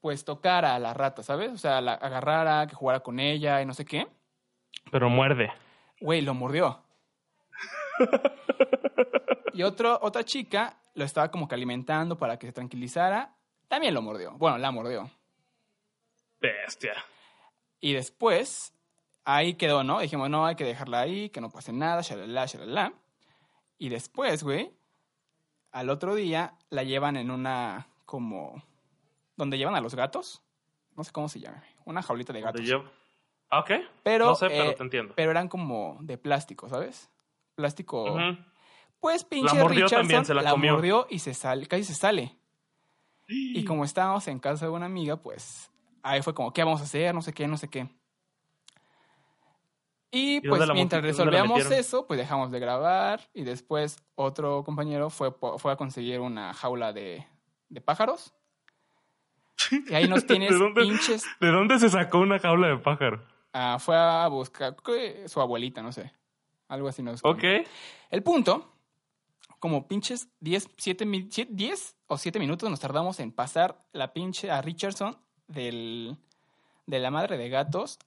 Speaker 1: pues tocara a la rata, ¿sabes? O sea, la agarrara, que jugara con ella y no sé qué.
Speaker 2: Pero muerde.
Speaker 1: Güey, lo mordió. y otro, otra chica lo estaba como que alimentando para que se tranquilizara. También lo mordió. Bueno, la mordió.
Speaker 2: Bestia.
Speaker 1: Y después, ahí quedó, ¿no? Dijimos, no, hay que dejarla ahí, que no pase nada, shalala, shalala. Y después, güey, al otro día la llevan en una como... Donde llevan a los gatos. No sé cómo se llama. Una jaulita de
Speaker 2: Donde
Speaker 1: gatos.
Speaker 2: llev- Ah, Ok.
Speaker 1: Pero,
Speaker 2: no sé, pero
Speaker 1: eh,
Speaker 2: te entiendo.
Speaker 1: pero eran como de plástico, ¿sabes? Plástico.
Speaker 2: Ujú.
Speaker 1: Pues pinche
Speaker 2: La mordió
Speaker 1: Richardson
Speaker 2: también, se la comió.
Speaker 1: mordió y se sale, casi se sale. Y como estábamos en casa de una amiga, pues ahí fue como, ¿qué vamos a hacer? No sé qué, no sé qué. Y
Speaker 2: dónde
Speaker 1: pues
Speaker 2: la
Speaker 1: mientras
Speaker 2: meti- dónde la
Speaker 1: resolvíamos
Speaker 2: metieron?
Speaker 1: eso, pues dejamos de grabar y después otro compañero fue, po- fue a conseguir una jaula de, de pájaros. Y ahí nos tienes
Speaker 2: ¿De dónde?
Speaker 1: pinches.
Speaker 2: ¿De dónde se sacó una jaula de pájaro?
Speaker 1: Ah, fue a buscar creo que su abuelita, no sé. Algo así nos contó.
Speaker 2: Ok.
Speaker 1: El punto, como pinches 10, 7, mi- sie- 10 o 7 minutos nos tardamos en pasar la pinche a Richardson del, de la madre de gatos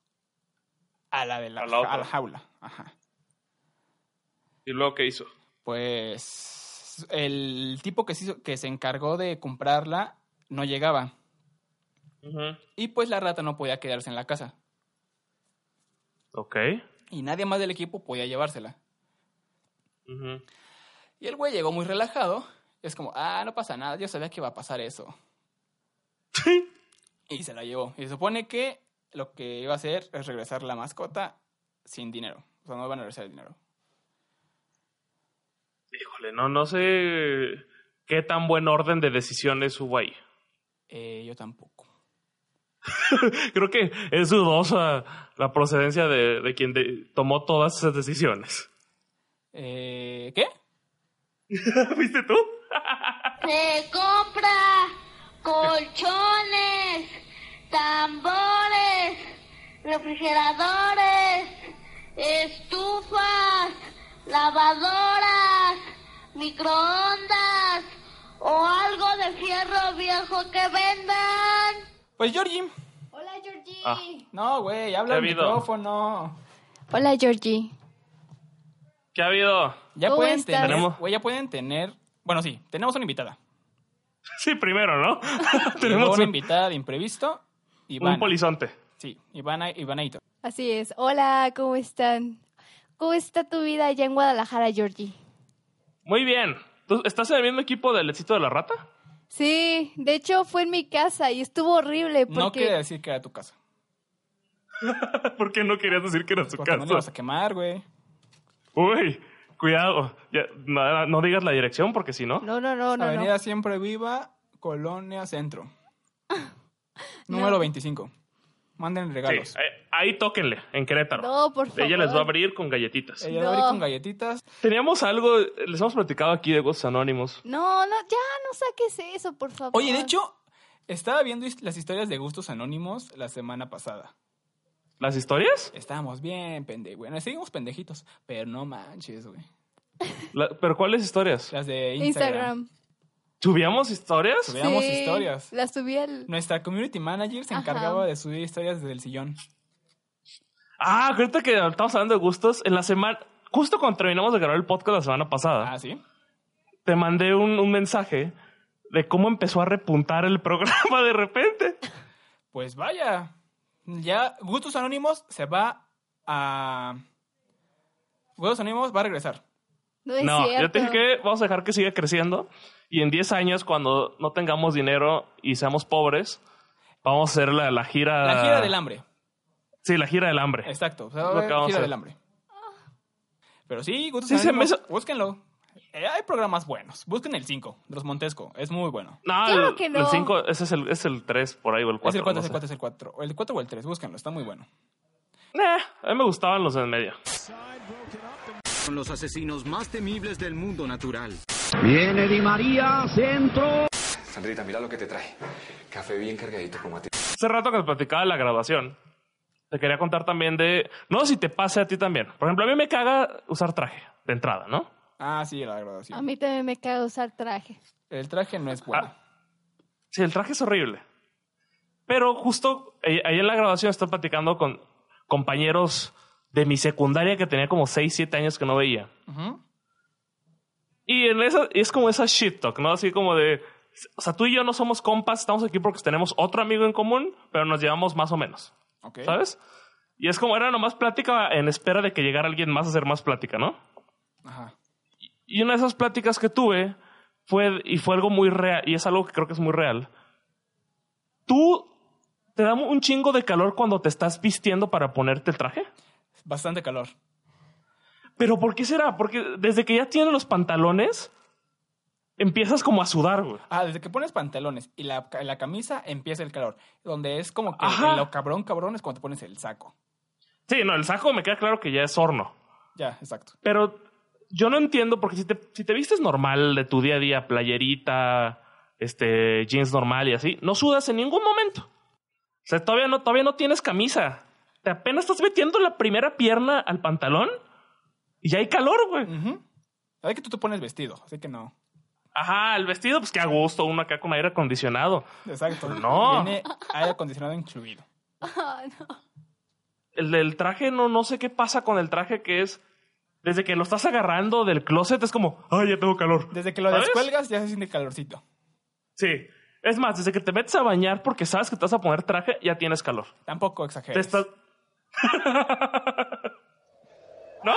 Speaker 1: a la de la,
Speaker 2: A la otra.
Speaker 1: a la jaula. Ajá.
Speaker 2: ¿Y luego qué hizo?
Speaker 1: Pues el tipo que se, hizo- que se encargó de comprarla no llegaba.
Speaker 2: Ujú.
Speaker 1: Y pues la rata no podía quedarse en la casa.
Speaker 2: Ok.
Speaker 1: Y nadie más del equipo podía llevársela.
Speaker 2: Ujú.
Speaker 1: Y el güey llegó muy relajado. Es como, ah, no pasa nada, yo sabía que iba a pasar eso. y se la llevó. Y se supone que lo que iba a hacer es regresar la mascota sin dinero. O sea, no van a regresar el dinero.
Speaker 2: Híjole, no, no sé qué tan buen orden de decisiones hubo ahí.
Speaker 1: Eh, yo tampoco.
Speaker 2: Creo que es dudosa la procedencia de, de quien de- tomó todas esas decisiones.
Speaker 1: Eh, ¿Qué?
Speaker 2: ¿Fuiste tú?
Speaker 3: Se compra colchones, tambores, refrigeradores, estufas, lavadoras, microondas o algo de fierro viejo que vendan.
Speaker 1: Pues Georgie.
Speaker 3: Hola Georgie.
Speaker 2: Ah.
Speaker 1: No, güey, habla
Speaker 2: ¿Qué ha
Speaker 1: el
Speaker 2: habido?
Speaker 1: micrófono.
Speaker 3: Hola Georgie.
Speaker 2: ¿Qué ha habido?
Speaker 1: Ya
Speaker 3: ¿Cómo
Speaker 1: pueden
Speaker 3: estás?
Speaker 1: tener,
Speaker 2: Tenemos-
Speaker 1: güey, ya pueden tener. Bueno, sí, tenemos una invitada.
Speaker 2: Sí, primero, ¿no?
Speaker 1: Llegó
Speaker 2: Tenemos
Speaker 1: una
Speaker 2: un,
Speaker 1: invitada de imprevisto. Ivana.
Speaker 2: un polizonte.
Speaker 1: Sí, Ivana, Ivana Ito.
Speaker 4: Así es. Hola, ¿cómo están? ¿Cómo está tu vida allá en Guadalajara, Georgie?
Speaker 2: Muy bien. ¿Tú estás en el mismo equipo del éxito de la rata?
Speaker 4: Sí, de hecho fue en mi casa y estuvo horrible
Speaker 1: No
Speaker 4: porque
Speaker 1: quiere decir que era tu casa.
Speaker 2: ¿Por qué no querías decir que era su
Speaker 1: Porque no la vas
Speaker 2: casa?
Speaker 1: a quemar, güey.
Speaker 2: Uy, cuidado. Ya, no, no digas la dirección porque si no.
Speaker 4: no, no, no, no, no.
Speaker 1: Avenida Siempre Viva, Colonia Centro. Número
Speaker 4: No.
Speaker 1: 25. Manden
Speaker 2: Sí,
Speaker 1: regalos.
Speaker 2: ahí, ahí tóquenle, en Querétaro.
Speaker 4: No, por favor.
Speaker 2: Ella les va a abrir con galletitas.
Speaker 1: Ella va a
Speaker 4: No.
Speaker 1: Eh, abrir con galletitas.
Speaker 2: Teníamos algo, les hemos platicado aquí de Ghosts Anónimos.
Speaker 4: No, no, ya no saques eso, por favor.
Speaker 1: Oye, de hecho, estaba viendo his- las historias de gustos anónimos la semana pasada.
Speaker 2: ¿Las historias?
Speaker 1: Estábamos bien pendejos. Bueno, seguimos pendejitos, pero no manches, güey.
Speaker 2: La- ¿Pero cuáles historias?
Speaker 1: Las de Instagram.
Speaker 4: Instagram.
Speaker 2: ¿Subíamos historias?
Speaker 1: Subí- Veamos historias.
Speaker 4: La subí al
Speaker 1: Nuestra community manager se
Speaker 4: Ajá.
Speaker 1: encargaba de subir historias desde el sillón.
Speaker 2: Ah, ahorita que estamos hablando de gustos, en la semana, justo cuando terminamos de grabar el podcast la semana pasada,
Speaker 1: Ah, ¿sí?
Speaker 2: te mandé un, un mensaje de cómo empezó a repuntar el programa de repente.
Speaker 1: Pues vaya. Ya Gustos Anónimos se va a... Gustos Anónimos va a regresar.
Speaker 4: No es
Speaker 2: no, yo
Speaker 4: cierto.
Speaker 2: te dije que vamos a dejar que siga creciendo y en 10 años, cuando no tengamos dinero y seamos pobres, vamos a hacer la, la gira...
Speaker 1: La gira del hambre.
Speaker 2: Sí, la gira del hambre.
Speaker 1: Exacto. O sea,
Speaker 2: Ah. Lo
Speaker 1: va a haber
Speaker 2: que vamos
Speaker 1: gira
Speaker 2: a
Speaker 1: del
Speaker 2: hacer.
Speaker 1: hambre. Pero sí, gustos
Speaker 2: Sí, se
Speaker 1: Anónimos,
Speaker 2: me hizo-
Speaker 1: búsquenlo. Eh, hay programas buenos. Busquen el 5, de los Montesco. Es muy bueno.
Speaker 2: No,
Speaker 4: Claro
Speaker 2: el-
Speaker 4: que
Speaker 2: el
Speaker 4: no.
Speaker 2: 5, ese es el, es el 3 por ahí o el 4.
Speaker 1: es el 4, es el 4, es el 4. El 4 o el 3, búsquenlo. Está muy bueno.
Speaker 2: a mí me gustaban los en medio.
Speaker 5: Son los asesinos más temibles del mundo natural.
Speaker 6: Viene Di María, centro.
Speaker 7: Sandrita, mira lo que te trae. Café bien cargadito como a ti.
Speaker 2: Hace rato que te platicaba de la graduación, te quería contar también de... No sé si te pase a ti también. Por ejemplo, a mí me caga usar traje de entrada, ¿no?
Speaker 1: Ah, sí, la
Speaker 4: A
Speaker 1: graduación.
Speaker 4: mí también me caga usar traje.
Speaker 1: El traje no
Speaker 2: Ah.
Speaker 1: es bueno.
Speaker 2: Sí, el traje es horrible. Pero justo ahí ahí en la graduación estoy platicando con compañeros de mi secundaria que tenía como 6, 7 años que no veía.
Speaker 1: Ujú.
Speaker 2: Y en esa, y es como esa shit talk, ¿no? Así como de, o sea, tú y yo no somos compas, estamos aquí porque tenemos otro amigo en común, pero nos llevamos más o menos,
Speaker 1: Ok.
Speaker 2: ¿sabes? Y es como, era nomás plática en espera de que llegara alguien más a hacer más plática, ¿no?
Speaker 1: Ajá.
Speaker 2: Y una de esas pláticas que tuve fue, y fue algo muy real, y es algo que creo que es muy real. Tú ¿Te da un chingo de calor cuando te estás vistiendo para ponerte el traje?
Speaker 1: Bastante calor.
Speaker 2: ¿Pero por qué será? Porque desde que ya tienes los pantalones, empiezas como a sudar, güey.
Speaker 1: Ah, desde que pones pantalones y la, ca- la camisa empieza el calor. Donde es como que
Speaker 2: Ajá.
Speaker 1: lo cabrón, cabrón es cuando te pones el saco.
Speaker 2: Sí, no, el saco me queda claro que ya es horno.
Speaker 1: Ya, exacto.
Speaker 2: Pero yo no entiendo, porque si te, si te vistes normal de tu día a día, playerita, este, jeans normal y así, no sudas en ningún momento. O sea, todavía no, todavía no tienes camisa. Te apenas estás metiendo la primera pierna al pantalón y ya hay calor, güey.
Speaker 1: Ujú. La verdad que tú te pones vestido, así que no.
Speaker 2: Ajá, el vestido, pues qué a gusto, uno acá con aire acondicionado.
Speaker 1: Exacto.
Speaker 2: No.
Speaker 1: Tiene aire acondicionado incluido.
Speaker 4: Ah, no.
Speaker 2: El del traje, no, no sé qué pasa con el traje que es. Desde que lo estás agarrando del closet, es como, ay, ya tengo calor.
Speaker 1: Desde que lo
Speaker 2: ¿Sabes?
Speaker 1: descuelgas ya se siente calorcito.
Speaker 2: Sí. Es más, desde que te metes a bañar porque sabes que te vas a poner traje, ya tienes calor.
Speaker 1: Tampoco
Speaker 2: Te
Speaker 1: exageres.
Speaker 2: estás. ¿No?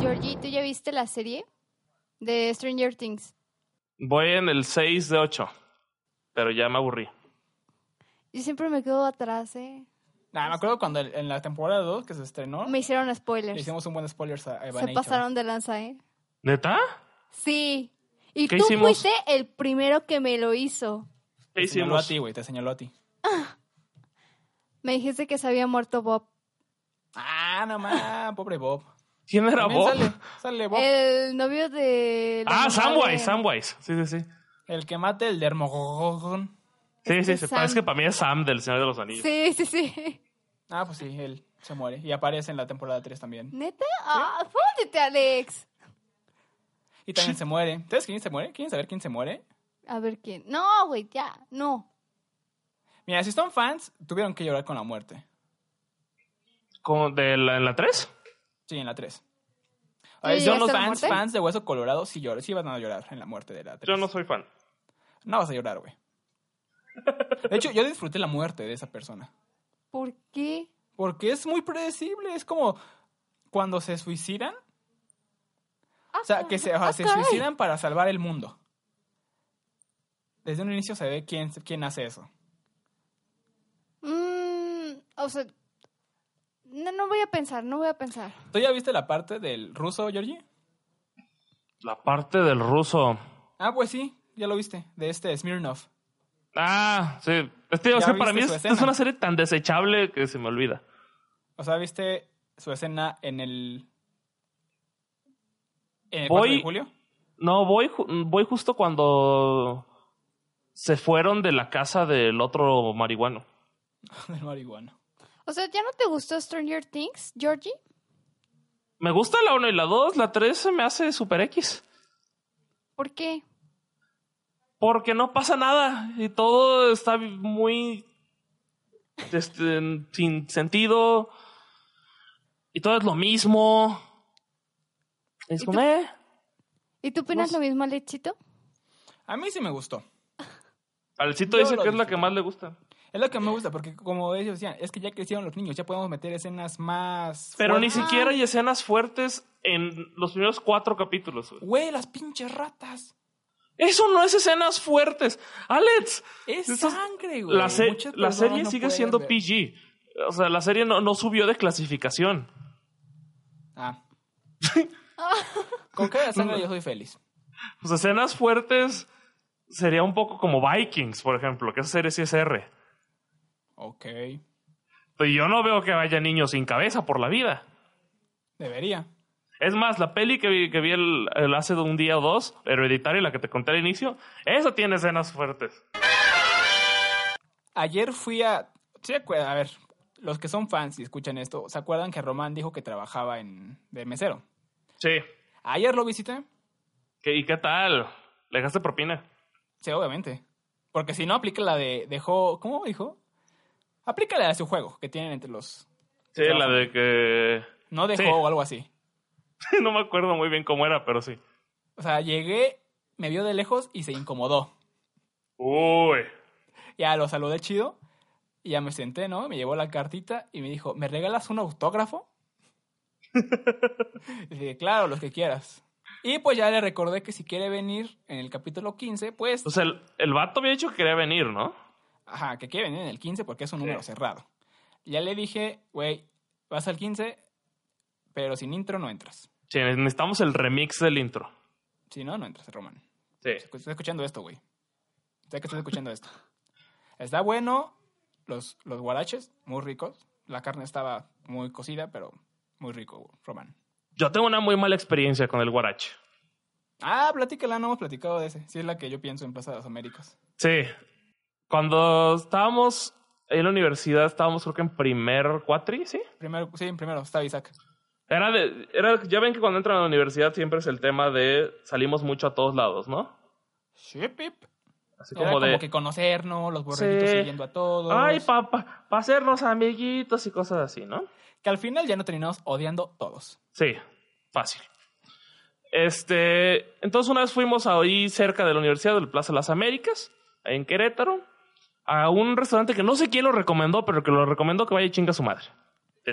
Speaker 4: Georgie, ¿tú ya viste la serie de Stranger Things?
Speaker 2: Voy en el 6 de 8. Pero ya me aburrí.
Speaker 4: Yo siempre me quedo atrás, ¿eh?
Speaker 1: Nah, me acuerdo cuando el- en la temporada 2 que se estrenó,
Speaker 4: Me hicieron
Speaker 1: le
Speaker 4: spoilers.
Speaker 1: hicimos un buen spoiler a Evan
Speaker 4: Se pasaron de lanza, ¿eh?
Speaker 2: ¿Neta?
Speaker 4: Sí. Y
Speaker 2: ¿Qué
Speaker 4: tú
Speaker 2: hicimos?
Speaker 4: fuiste el primero que me lo hizo.
Speaker 2: ¿Qué
Speaker 1: Te señaló Pues a
Speaker 2: hicimos?
Speaker 1: ti, güey, te señaló a ti.
Speaker 4: Me dijiste que se había muerto Bob.
Speaker 1: Ah, no más, pobre Bob.
Speaker 2: ¿Quién era
Speaker 1: También
Speaker 2: Bob?
Speaker 1: Sale, sale Bob.
Speaker 4: El novio de... la
Speaker 2: Ah,
Speaker 4: mamá
Speaker 2: Samwise,
Speaker 4: de-
Speaker 2: Samwise. Sí, sí, sí.
Speaker 1: El que mate el dermogogon.
Speaker 2: Sí,
Speaker 4: Es
Speaker 2: sí,
Speaker 4: que
Speaker 2: sí. Pues
Speaker 4: Sam-
Speaker 2: Es que para mí es Sam del Señor de los Anillos.
Speaker 4: Sí, sí, sí.
Speaker 1: Ah, pues sí, él se muere. Y aparece en la temporada 3 también.
Speaker 4: ¿Neta? Ah, fúndete, Alex.
Speaker 1: Y también se muere. ¿Sabes quién se muere? ¿Quieren saber quién se muere?
Speaker 4: A ver quién. No, güey, ya. No.
Speaker 1: Mira, si son fans, tuvieron que llorar con la muerte.
Speaker 2: ¿Con- de la, ¿En la 3?
Speaker 1: Sí, en la 3.
Speaker 4: ¿Y
Speaker 1: Yo los
Speaker 4: hasta la
Speaker 1: fans,
Speaker 4: muerte?
Speaker 1: fans de Hueso Colorado sí, llor- sí van a llorar en la muerte de la 3.
Speaker 2: Yo no soy fan.
Speaker 1: No vas a llorar, güey. De hecho, yo disfruté la muerte de esa persona.
Speaker 4: ¿Por qué?
Speaker 1: Porque es muy predecible. Es como cuando se suicidan. O sea, que se, o sea, se
Speaker 4: Ah, caray.
Speaker 1: suicidan para salvar el mundo. Desde un inicio se ve quién, quién hace eso.
Speaker 4: Mm, o sea... No, no voy a pensar, no voy a pensar.
Speaker 1: ¿Tú ya viste la parte del ruso, Georgie?
Speaker 2: La parte del ruso.
Speaker 1: Ah, pues sí, ya lo viste, de este Smirnov.
Speaker 2: Ah, sí. Es que, o
Speaker 1: Ya
Speaker 2: sea, para
Speaker 1: viste
Speaker 2: mí
Speaker 1: su
Speaker 2: es,
Speaker 1: escena.
Speaker 2: es una serie tan desechable que se me olvida.
Speaker 1: O sea, viste su escena en el. En el
Speaker 2: Voy-
Speaker 1: 4 de julio.
Speaker 2: No, voy, ju- voy justo cuando se fueron de la casa del otro marihuano.
Speaker 1: Del marihuana.
Speaker 4: O sea, ¿ya no te gustó Stranger Things, Georgie?
Speaker 2: Me gusta la 1 y la 2, la 3 se me hace super X.
Speaker 4: ¿Por qué?
Speaker 2: Porque no pasa nada y todo está muy este, sin sentido. Y todo es lo mismo. Es
Speaker 4: ¿Y
Speaker 2: como,
Speaker 4: tú-
Speaker 2: eh,
Speaker 4: ¿Y tú opinas lo mismo, Alexito?
Speaker 1: A mí sí me gustó.
Speaker 2: Alcito
Speaker 1: Yo
Speaker 2: dice
Speaker 1: lo
Speaker 2: que es la que
Speaker 1: disfruté.
Speaker 2: más le gusta.
Speaker 1: Es lo que me gusta, porque como ellos decían, es que ya crecieron los niños, ya podemos meter escenas más.
Speaker 2: Pero ni
Speaker 1: fuertes.
Speaker 2: siquiera hay escenas fuertes en los primeros cuatro capítulos. güey.
Speaker 1: Güey, las pinches ratas.
Speaker 2: Eso no es escenas fuertes. Alex,
Speaker 1: Es
Speaker 2: Esas-
Speaker 1: sangre, güey.
Speaker 2: la, se-
Speaker 1: Muchas
Speaker 2: la
Speaker 1: personas
Speaker 2: serie
Speaker 1: no
Speaker 2: sigue
Speaker 1: pueden
Speaker 2: siendo
Speaker 1: ver.
Speaker 2: PG. O sea, la serie no, no subió de clasificación.
Speaker 1: Ah. Con cada sangre yo soy feliz.
Speaker 2: Pues escenas fuertes sería un poco como Vikings, por ejemplo, que esa serie sí es R.
Speaker 1: Ok.
Speaker 2: Y yo no veo que vaya niño sin cabeza por la vida.
Speaker 1: Debería.
Speaker 2: Es más, la peli que vi, que vi el, el hace de un día o dos, Hereditario, la que te conté al inicio, esa tiene escenas fuertes.
Speaker 1: Ayer fui a. ¿sí se acuerdan? A ver, los que son fans y escuchan esto, ¿se acuerdan que Román dijo que trabajaba en de mesero?
Speaker 2: Sí.
Speaker 1: Ayer lo visité.
Speaker 2: ¿Qué- ¿Y qué tal? ¿Le dejaste propina?
Speaker 1: Sí, obviamente. Porque si no, aplica la de. Dejó. ¿Cómo dijo? Aplícala a su juego que tienen entre los.
Speaker 2: Sí, la de que...
Speaker 1: No dejó
Speaker 2: Sí.
Speaker 1: o algo así.
Speaker 2: no me acuerdo muy bien cómo era, pero sí.
Speaker 1: O sea, llegué me vio de lejos y se incomodó.
Speaker 2: Uy.
Speaker 1: Ya lo saludé chido. Y ya me senté, ¿no? Me llevó la cartita y me dijo, ¿me regalas un autógrafo? y dije, claro, los que quieras. Y pues ya le recordé que si quiere venir en el capítulo 15, pues...
Speaker 2: O sea, el, el vato había dicho que quería venir, ¿no?
Speaker 1: Ajá, que quiere venir en el 15 porque es un número cerrado. Ya le dije, güey, vas al 15, pero sin intro no entras.
Speaker 2: Sí, necesitamos el remix del intro.
Speaker 1: Si no, no entras, Roman.
Speaker 2: Sí.
Speaker 1: Escu- Estoy escuchando esto, güey. Sé que estás escuchando esto. Está bueno. Los, los guaraches, muy ricos. La carne estaba muy cocida, pero muy rico, Román.
Speaker 2: Yo tengo una muy mala experiencia con el guarache.
Speaker 1: Ah, platícala, no hemos platicado de ese. Sí, es la que yo pienso en Plaza de las Américas.
Speaker 2: Sí. Cuando estábamos en la universidad, estábamos creo que en primer cuatri, ¿sí?
Speaker 1: Primero, sí, primero estaba Isaac.
Speaker 2: Era de, era, ya ven que cuando entran a la universidad siempre es el tema de salimos mucho a todos lados, ¿no?
Speaker 1: Sí, pip.
Speaker 2: Así
Speaker 1: Era
Speaker 2: como de,
Speaker 1: que conocernos, los borreguitos
Speaker 2: Sí.
Speaker 1: siguiendo a todos.
Speaker 2: ay, papá, para hacernos amiguitos y cosas así, ¿no?
Speaker 1: que al final ya no terminamos odiando todos.
Speaker 2: Sí, fácil. Este, entonces una vez fuimos ahí cerca de la Universidad del Plaza de las Américas, ahí en Querétaro, a un restaurante que no sé quién lo recomendó, pero que lo recomendó que vaya y chinga a su madre. De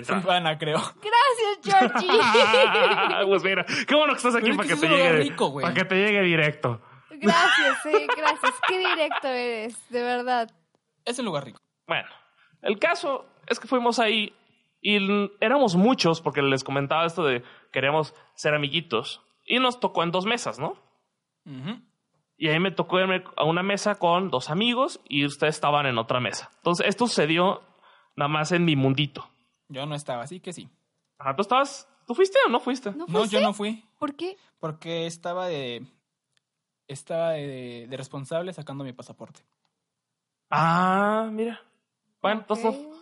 Speaker 2: entrada.
Speaker 1: Silvana, creo.
Speaker 4: Gracias, Georgie.
Speaker 2: pues mira, qué bueno que estás aquí
Speaker 1: Pero es que
Speaker 2: para que,
Speaker 1: es
Speaker 2: te
Speaker 1: un lugar
Speaker 2: llegue.
Speaker 1: rico, güey.
Speaker 2: para que te llegue directo.
Speaker 4: gracias,
Speaker 8: eh,
Speaker 4: sí, gracias. Qué directo eres, de verdad.
Speaker 1: Es un lugar rico.
Speaker 2: Bueno, el caso es que fuimos ahí y l- éramos muchos porque les comentaba esto de queremos ser amiguitos y nos tocó en dos mesas, ¿no?
Speaker 1: Ujú.
Speaker 2: Y ahí me tocó irme a una mesa con dos amigos y ustedes estaban en otra mesa. Entonces esto se dio nada más en mi mundito.
Speaker 1: Yo no estaba, así que sí.
Speaker 2: Ajá, tú estabas, ¿tú fuiste o no fuiste?
Speaker 4: ¿No
Speaker 8: pues,
Speaker 1: No,
Speaker 8: ¿eh?
Speaker 4: fuiste?
Speaker 1: yo no fui.
Speaker 4: ¿Por qué?
Speaker 1: Porque estaba de. Estaba de, de responsable sacando mi pasaporte.
Speaker 2: Ah, mira. Bueno, entonces no,
Speaker 4: Ok.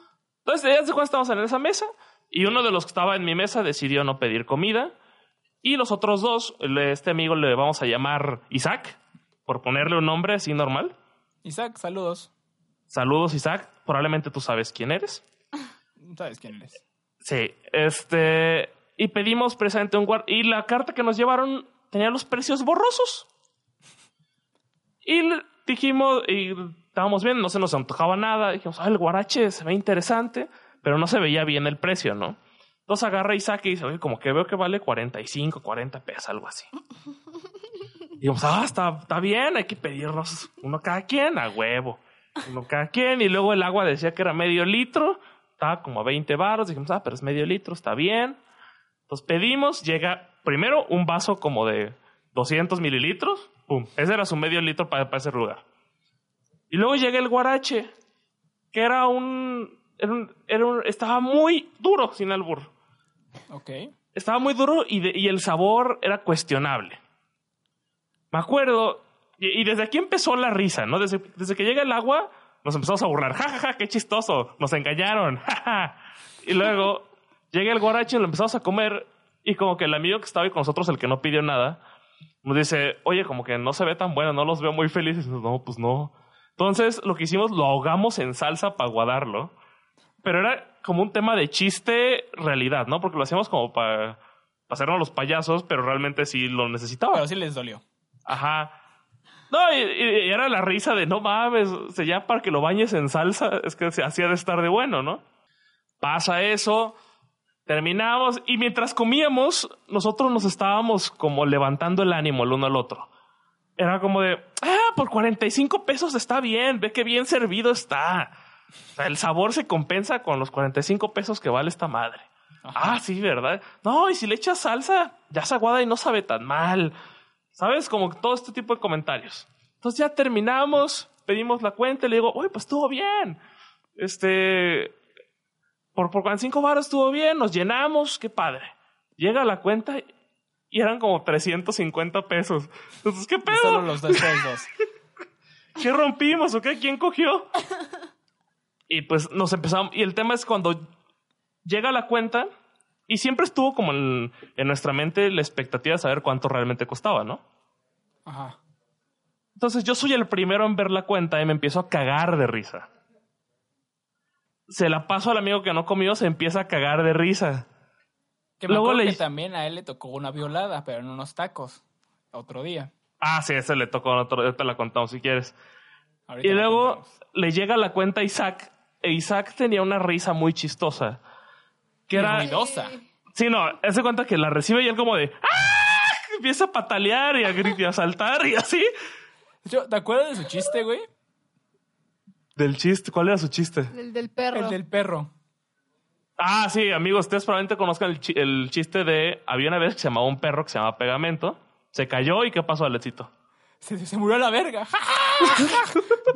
Speaker 2: Entonces, ya se cuenta, estábamos en esa mesa y uno de los que estaba en mi mesa decidió no pedir comida y los otros dos, el- este amigo le vamos a llamar Isaac, por ponerle un nombre así normal.
Speaker 1: Isaac, saludos.
Speaker 2: Saludos Isaac, probablemente tú sabes quién eres.
Speaker 1: ¿Sabes quién eres?
Speaker 2: Sí, este... Y pedimos precisamente un guard... Y la carta que nos llevaron tenía los precios borrosos. Y le- dijimos, y estábamos bien, no se nos antojaba nada. Dijimos, ah, el guarache se ve interesante, pero no se veía bien el precio, ¿no? Entonces agarra Isaac y dice, oye, como que veo que vale 45, 40 pesos, algo así. Dijimos, ah, está, está bien, hay que pedirnos uno cada quien, a huevo. Uno cada quien. Y luego el agua decía que era medio litro, estaba como a 20 baros. Dijimos, ah, pero es medio litro, está bien. Entonces pedimos, llega primero un vaso como de 200 mililitros. Pum, ese era su medio litro para, para ese lugar. Y luego llega el guarache, que era un, era un- era un- estaba muy duro, sin albur.
Speaker 1: Ok.
Speaker 2: Estaba muy duro y, de- y el sabor era cuestionable. Me acuerdo, y, y desde aquí empezó la risa, ¿no? Desde, desde que llega el agua, nos empezamos a burlar. ¡Ja, ja, ja! ¡Qué chistoso! ¡Nos engañaron! ¡Ja, ja! Y luego llega el guarache, lo empezamos a comer, y como que el amigo que estaba ahí con nosotros, el que no pidió nada, nos dice, oye, como que no se ve tan bueno, no los veo muy felices. No, pues no. Entonces, lo que hicimos, lo ahogamos en salsa para guadarlo. Pero era como un tema de chiste realidad, ¿no? Porque lo hacíamos como para hacernos los payasos, pero realmente sí lo necesitaba.
Speaker 1: Pero sí les dolió.
Speaker 2: Ajá. No, y, y- y era la risa de no mames, o sea, ya para que lo bañes en salsa, es que se hacía de estar de bueno, ¿no? Pasa eso, terminamos, y mientras comíamos, nosotros nos estábamos como levantando el ánimo el uno al otro. Era como de, ah, por 45 pesos está bien, ve que bien servido está. O sea, el sabor se compensa con los 45 pesos que vale esta madre. Ah, sí, ¿verdad? No, y si le echas salsa, ya se aguada y no sabe tan mal. ¿Sabes? Como todo este tipo de comentarios. Entonces ya terminamos, pedimos la cuenta y le digo, uy, pues estuvo bien. Este, por, por 45 baros estuvo bien, nos llenamos, qué padre. Llega la cuenta y eran como 350 pesos. Entonces, ¿qué
Speaker 1: Y solo
Speaker 2: pedo?
Speaker 1: los dos, ustedes dos.
Speaker 2: ¿Qué rompimos o qué? ¿Quién cogió? Y pues nos empezamos. Y el tema es cuando llega la cuenta y siempre estuvo como en, en nuestra mente la expectativa de saber cuánto realmente costaba, ¿no?
Speaker 1: Ajá.
Speaker 2: Entonces yo soy el primero en ver la cuenta y me empiezo a cagar de risa. Se la paso al amigo que no comió, se empieza a cagar de risa.
Speaker 1: Que me
Speaker 2: Luego
Speaker 1: acuerdo
Speaker 2: le-
Speaker 1: que también a él le tocó una violada, pero en unos tacos. Otro día.
Speaker 2: Ah, sí, esa le tocó otro, ya te la contamos si quieres.
Speaker 1: Ahorita
Speaker 2: Y
Speaker 1: lo
Speaker 2: luego
Speaker 1: contamos.
Speaker 2: le llega la cuenta a Isaac, e Isaac tenía una risa muy chistosa. Que
Speaker 1: Y
Speaker 2: era.
Speaker 1: ruidosa.
Speaker 2: Sí, no, hace cuenta que la recibe y él como de. ¡Ah! Empieza a patalear y a, gri- y a saltar y así.
Speaker 1: Yo, ¿Te acuerdas de su chiste, güey?
Speaker 2: Del chiste, ¿cuál era su chiste?
Speaker 8: El del perro.
Speaker 1: El del perro.
Speaker 2: Ah, sí, amigos, ustedes probablemente conozcan el, chi- el chiste de. Había una vez que se llamaba un perro que se llamaba Pegamento. Se cayó y ¿qué pasó, Alecito?
Speaker 1: Se, se murió a la verga. ¡Ja!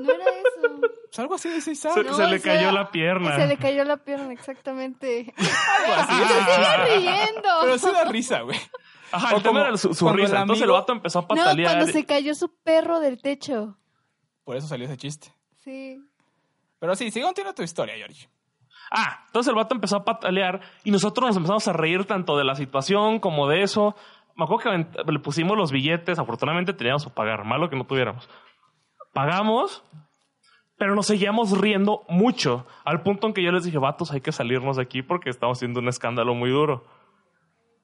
Speaker 8: No era eso.
Speaker 1: Pues algo así dice Isaac.
Speaker 2: Se,
Speaker 8: No,
Speaker 2: se le
Speaker 8: ese-
Speaker 2: cayó la pierna.
Speaker 8: Se le cayó la pierna, exactamente.
Speaker 1: Ah,
Speaker 8: riendo.
Speaker 1: Pero sí da risa, güey.
Speaker 2: Ajá,
Speaker 1: o
Speaker 2: el tema
Speaker 1: como
Speaker 2: era su, su
Speaker 1: cuando el
Speaker 2: risa. Entonces el
Speaker 1: amigo-
Speaker 2: vato empezó a
Speaker 8: No,
Speaker 2: patalear.
Speaker 8: cuando se cayó su perro del techo.
Speaker 1: Por eso salió ese chiste.
Speaker 8: Sí.
Speaker 1: Pero sí, sigue contiendo tu historia, George.
Speaker 2: Ah, entonces el vato empezó a patalear y nosotros nos empezamos a reír tanto de la situación como de eso. Me acuerdo que avent- le pusimos los billetes, afortunadamente teníamos que pagar, malo que no tuviéramos. Pagamos, pero nos seguíamos riendo mucho, al punto en que yo les dije, vatos, hay que salirnos de aquí porque estamos haciendo un escándalo muy duro.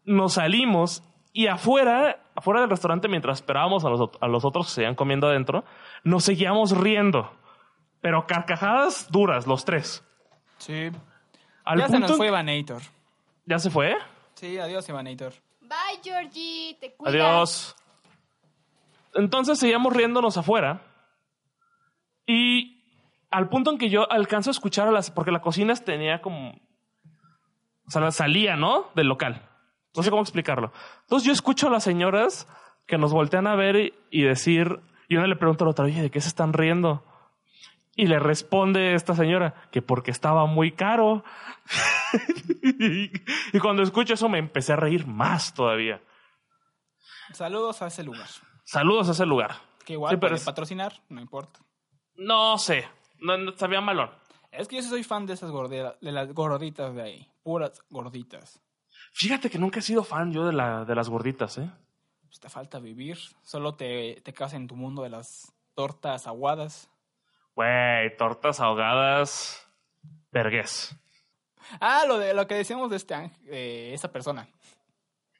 Speaker 2: Nos salimos y afuera, afuera del restaurante, mientras esperábamos a los, ot- a los otros que se iban comiendo adentro, nos seguíamos riendo, pero carcajadas duras, los tres.
Speaker 1: Sí.
Speaker 2: Al
Speaker 1: ya se
Speaker 2: punto
Speaker 1: nos
Speaker 2: en-
Speaker 1: fue Ivanator.
Speaker 2: ¿Ya se fue?
Speaker 1: Sí, adiós, Ivanator.
Speaker 4: Bye, Georgie. Te cuidas.
Speaker 2: Adiós. Entonces seguíamos riéndonos afuera. Y al punto en que yo alcanzo a escuchar a las. Porque la cocina tenía como. O sea, la salía, ¿no? Del local. No sé cómo explicarlo. Entonces yo escucho a las señoras que nos voltean a ver y, y decir. Y una le pregunta a la otra, oye, ¿de qué se están riendo? Y le responde esta señora que porque estaba muy caro. y, y cuando escucho eso me empecé a reír más todavía.
Speaker 1: Saludos a ese lugar.
Speaker 2: Saludos a ese lugar.
Speaker 1: Que igual
Speaker 2: Sí, pero
Speaker 1: puede
Speaker 2: es-
Speaker 1: patrocinar, no importa.
Speaker 2: No sé. No, no, sabía malón.
Speaker 1: Es que yo sí soy fan de esas gorderas, de las gorditas de ahí. Puras gorditas.
Speaker 2: Fíjate que nunca he sido fan yo de, la, de las gorditas, ¿eh?
Speaker 1: Pues te falta vivir. Solo te, te casas en tu mundo de las tortas aguadas.
Speaker 2: Güey, tortas ahogadas. Vergués.
Speaker 1: Ah, lo de lo que decíamos de este ángel, de esa persona.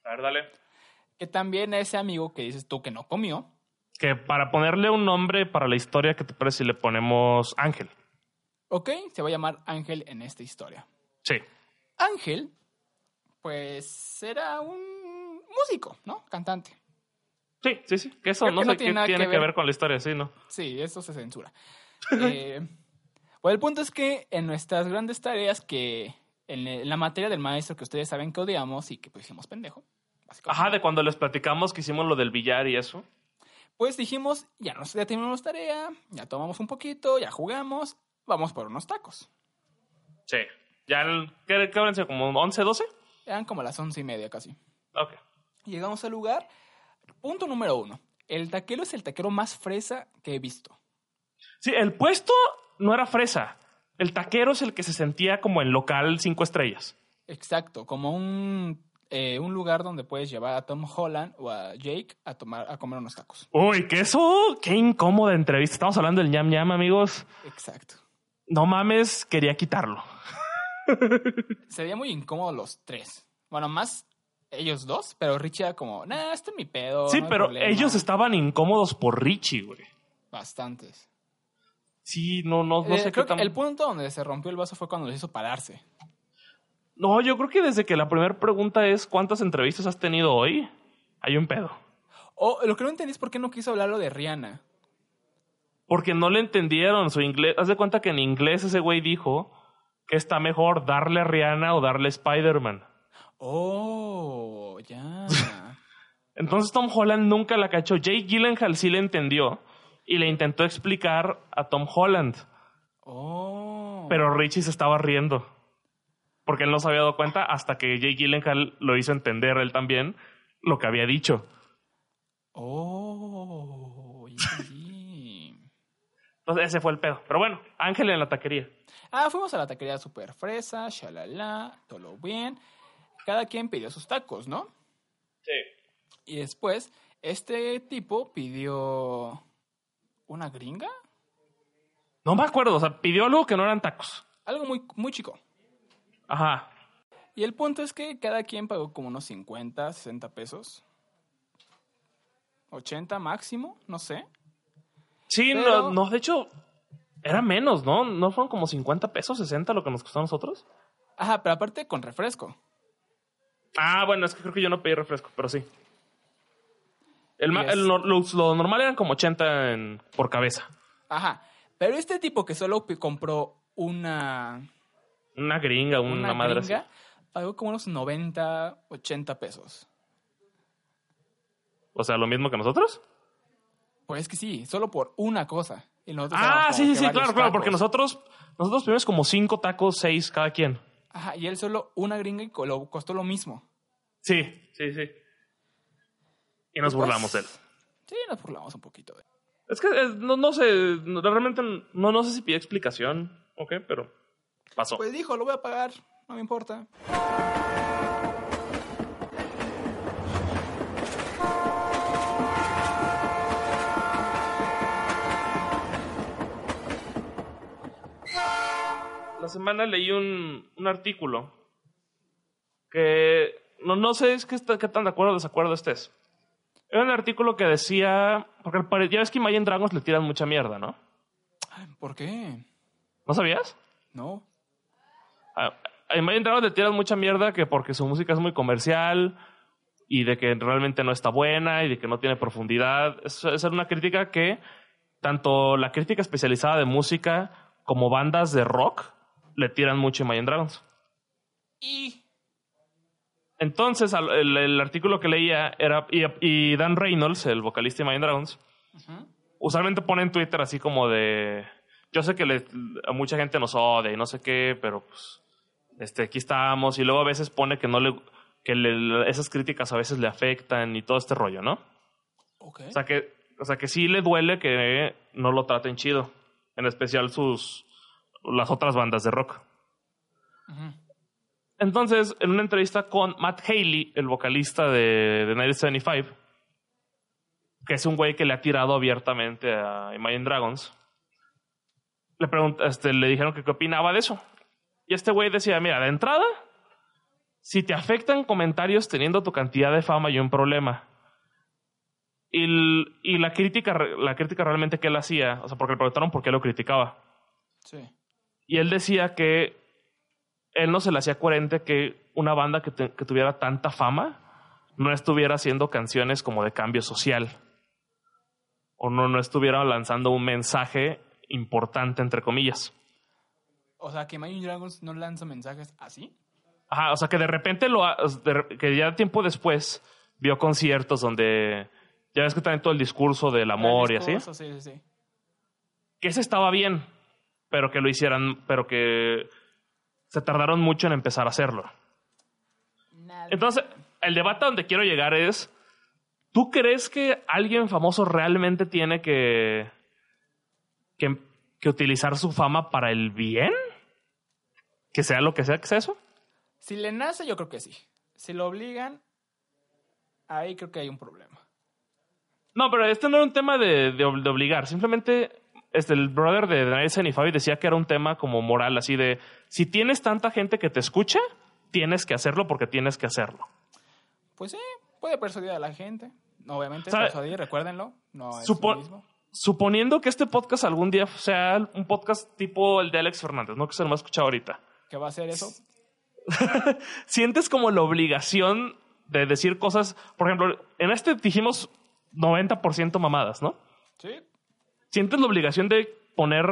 Speaker 2: A ver, dale.
Speaker 1: Que también ese amigo que dices tú que no comió.
Speaker 2: Que para ponerle un nombre para la historia, ¿qué te parece si le ponemos Ángel?
Speaker 1: Ok, se va a llamar Ángel en esta historia.
Speaker 2: Sí.
Speaker 1: Ángel, pues era un músico, ¿no? Cantante.
Speaker 2: Sí, sí, sí. Que eso
Speaker 1: Creo
Speaker 2: no
Speaker 1: que
Speaker 2: sé
Speaker 1: no tiene
Speaker 2: qué tiene
Speaker 1: nada
Speaker 2: que,
Speaker 1: que
Speaker 2: ver.
Speaker 1: ver
Speaker 2: con la historia, sí, ¿no?
Speaker 1: Sí, eso se censura. Eh, pues el punto es que en nuestras grandes tareas que en le- en la materia del maestro que ustedes saben que odiamos y que pues dijimos pendejo, básicamente,
Speaker 2: Ajá, de cuando les platicamos que hicimos lo del billar y eso.
Speaker 1: pues dijimos, ya, nos, ya terminamos tarea, ya tomamos un poquito, ya jugamos, vamos por unos tacos.
Speaker 2: Sí. Ya, el- ¿qué, qué habrán sido? ¿Como 11, 12?
Speaker 1: Eran como las once y media casi.
Speaker 2: Ok.
Speaker 1: Llegamos al lugar. Punto número uno. El taquero es el taquero más fresa que he visto.
Speaker 2: Sí, el puesto no era fresa. El taquero es el que se sentía como en local cinco estrellas.
Speaker 1: Exacto, como un, eh, un lugar donde puedes llevar a Tom Holland o a Jake a, tomar, a comer unos tacos.
Speaker 2: Uy, que eso, qué incómoda entrevista. Estamos hablando del ñam ñam, amigos.
Speaker 1: Exacto.
Speaker 2: No mames, quería quitarlo.
Speaker 1: Se veía muy incómodo los tres. Bueno, más ellos dos, pero Richie era como, nah, este es mi pedo.
Speaker 2: sí,
Speaker 1: no hay
Speaker 2: pero
Speaker 1: problema".
Speaker 2: ellos estaban incómodos por Richie, güey.
Speaker 1: Bastantes.
Speaker 2: Sí, no, no, no
Speaker 1: Eh,
Speaker 2: sé qué
Speaker 1: creo que
Speaker 2: tan...
Speaker 1: el punto donde se rompió el vaso fue cuando los hizo pararse.
Speaker 2: No, yo creo que desde que la primera pregunta es ¿cuántas entrevistas has tenido hoy? Hay un pedo.
Speaker 1: O lo que no entendí es por qué no quiso hablar lo de Rihanna.
Speaker 2: Porque no le entendieron su inglés. Haz de cuenta que en inglés ese güey dijo que está mejor darle a Rihanna o darle a Spider-Man.
Speaker 1: Oh, ya.
Speaker 2: Entonces Tom Holland nunca la cachó. Jake Gyllenhaal sí le entendió y le intentó explicar a Tom Holland,
Speaker 1: Oh.
Speaker 2: pero Richie se estaba riendo porque él no se había dado cuenta hasta que Jake Gyllenhaal lo hizo entender él también lo que había dicho.
Speaker 1: Oh, ya vi.
Speaker 2: Entonces ese fue el pedo. Pero bueno, Ángel en la taquería.
Speaker 1: ah, fuimos a la taquería super fresa, shalala, todo bien. Cada quien pidió sus tacos, ¿no?
Speaker 2: Sí.
Speaker 1: Y después, este tipo pidió una gringa,
Speaker 2: No me acuerdo, o sea, pidió algo que no eran tacos.
Speaker 1: algo muy, muy chico.
Speaker 2: Ajá.
Speaker 1: Y el punto es que cada quien pagó como unos 50, 60 pesos. 80 máximo, no sé.
Speaker 2: Sí,
Speaker 1: Pero-
Speaker 2: no, no, de hecho, era menos, ¿no? ¿No fueron como 50 pesos, 60 lo que nos costó a nosotros?
Speaker 1: Ajá, pero aparte con refresco.
Speaker 2: Ah, bueno, es que creo que yo no pedí refresco, pero sí. El, ma-
Speaker 1: Yes.
Speaker 2: el no- lo, lo normal eran como 80 en- por cabeza.
Speaker 1: Ajá. Pero este tipo que solo pi- compró una,
Speaker 2: Una gringa, una,
Speaker 1: una
Speaker 2: madre
Speaker 1: gringa,
Speaker 2: así.
Speaker 1: pagó como unos 90, 80 pesos.
Speaker 2: O sea, lo mismo que nosotros.
Speaker 1: Pues es que sí, solo por una cosa. Y nosotros éramos
Speaker 2: Ah,
Speaker 1: como
Speaker 2: sí, sí,
Speaker 1: que
Speaker 2: sí,
Speaker 1: varios
Speaker 2: claro, claro,
Speaker 1: tacos.
Speaker 2: porque nosotros, nosotros tuvimos como cinco tacos, seis cada quien.
Speaker 1: Ajá, y él solo una gringa y co- lo- costó lo mismo.
Speaker 2: Sí, sí, sí. Y nos
Speaker 1: Pues,
Speaker 2: burlamos de él.
Speaker 1: Sí, nos burlamos un poquito. de-
Speaker 2: Es que eh, no, no sé, no- realmente no, no sé si pide explicación, ok, pero pasó.
Speaker 1: Pues dijo, lo voy a pagar, no me importa.
Speaker 2: La semana leí un, un artículo que no, no sé es que está- qué tan de acuerdo o desacuerdo estés. Era un artículo que decía, porque al pare- ya ves que Imagine Dragons le tiran mucha mierda, ¿no?
Speaker 1: ¿Por qué?
Speaker 2: ¿No sabías?
Speaker 1: No.
Speaker 2: A, a Imagine Dragons le tiran mucha mierda que porque su música es muy comercial y de que realmente no está buena y de que no tiene profundidad. Es- Esa era una crítica que tanto la crítica especializada de música como bandas de rock le tiran mucho a Imagine Dragons.
Speaker 1: Y
Speaker 2: Entonces, al- el, el artículo que leía era. Y, y Dan Reynolds, el vocalista de Mind Dragons, usualmente pone en Twitter así como de. Yo sé que le- a mucha gente nos odia y no sé qué, pero pues. Este, aquí estamos. Y luego a veces pone que no le. que le- esas críticas a veces le afectan y todo este rollo, ¿no?
Speaker 1: Ok.
Speaker 2: O sea que, o sea que sí le duele que no lo traten chido. En especial sus. las otras bandas de rock.
Speaker 1: Ujú.
Speaker 2: Entonces, en una entrevista con Matt Haley, el vocalista de, de 1975, que es un güey que le ha tirado abiertamente a Imagine Dragons, le, pregunt- este, le dijeron que qué opinaba de eso. Y este güey decía, mira, de entrada, si te afectan comentarios teniendo tu cantidad de fama, hay un problema. Y, l- y la, crítica, re- la crítica realmente que él hacía, o sea, porque le preguntaron por qué lo criticaba.
Speaker 1: Sí.
Speaker 2: Y él decía que él no se le hacía coherente que una banda que, te- que tuviera tanta fama no estuviera haciendo canciones como de cambio social. O no, no estuviera lanzando un mensaje importante, entre comillas.
Speaker 1: O sea, que Imagine Dragons no lanza mensajes así.
Speaker 2: Ajá, o sea, que de repente lo... ha- de re- que ya tiempo después vio conciertos donde... Ya ves que traen todo el discurso del amor y así.
Speaker 1: Discurso, Sí, sí, sí.
Speaker 2: que ese estaba bien, pero que lo hicieran, pero que se tardaron mucho en empezar a hacerlo. Entonces, el debate a donde quiero llegar es, ¿tú crees que alguien famoso realmente tiene que, que, que utilizar su fama para el bien? Que sea lo que sea que sea eso.
Speaker 1: Si le nace, yo creo que sí. Si lo obligan, ahí creo que hay un problema.
Speaker 2: No, pero este no era un tema de, de, ob- de obligar. Simplemente este, el brother de Daniel Senifabi decía que era un tema como moral, así de si tienes tanta gente que te escucha, tienes que hacerlo porque tienes que hacerlo.
Speaker 1: Pues sí, puede persuadir a la gente. Obviamente,
Speaker 2: ¿Sabe?
Speaker 1: persuadir, recuérdenlo. No es
Speaker 2: Supo-
Speaker 1: lo mismo.
Speaker 2: Suponiendo que este podcast algún día sea un podcast tipo el de Alex Fernández, no que se lo más escuchado ahorita.
Speaker 1: ¿Qué va a hacer eso?
Speaker 2: sientes como la obligación de decir cosas. Por ejemplo, en este dijimos 90% mamadas, ¿no?
Speaker 1: Sí.
Speaker 2: ¿Sientes la obligación de poner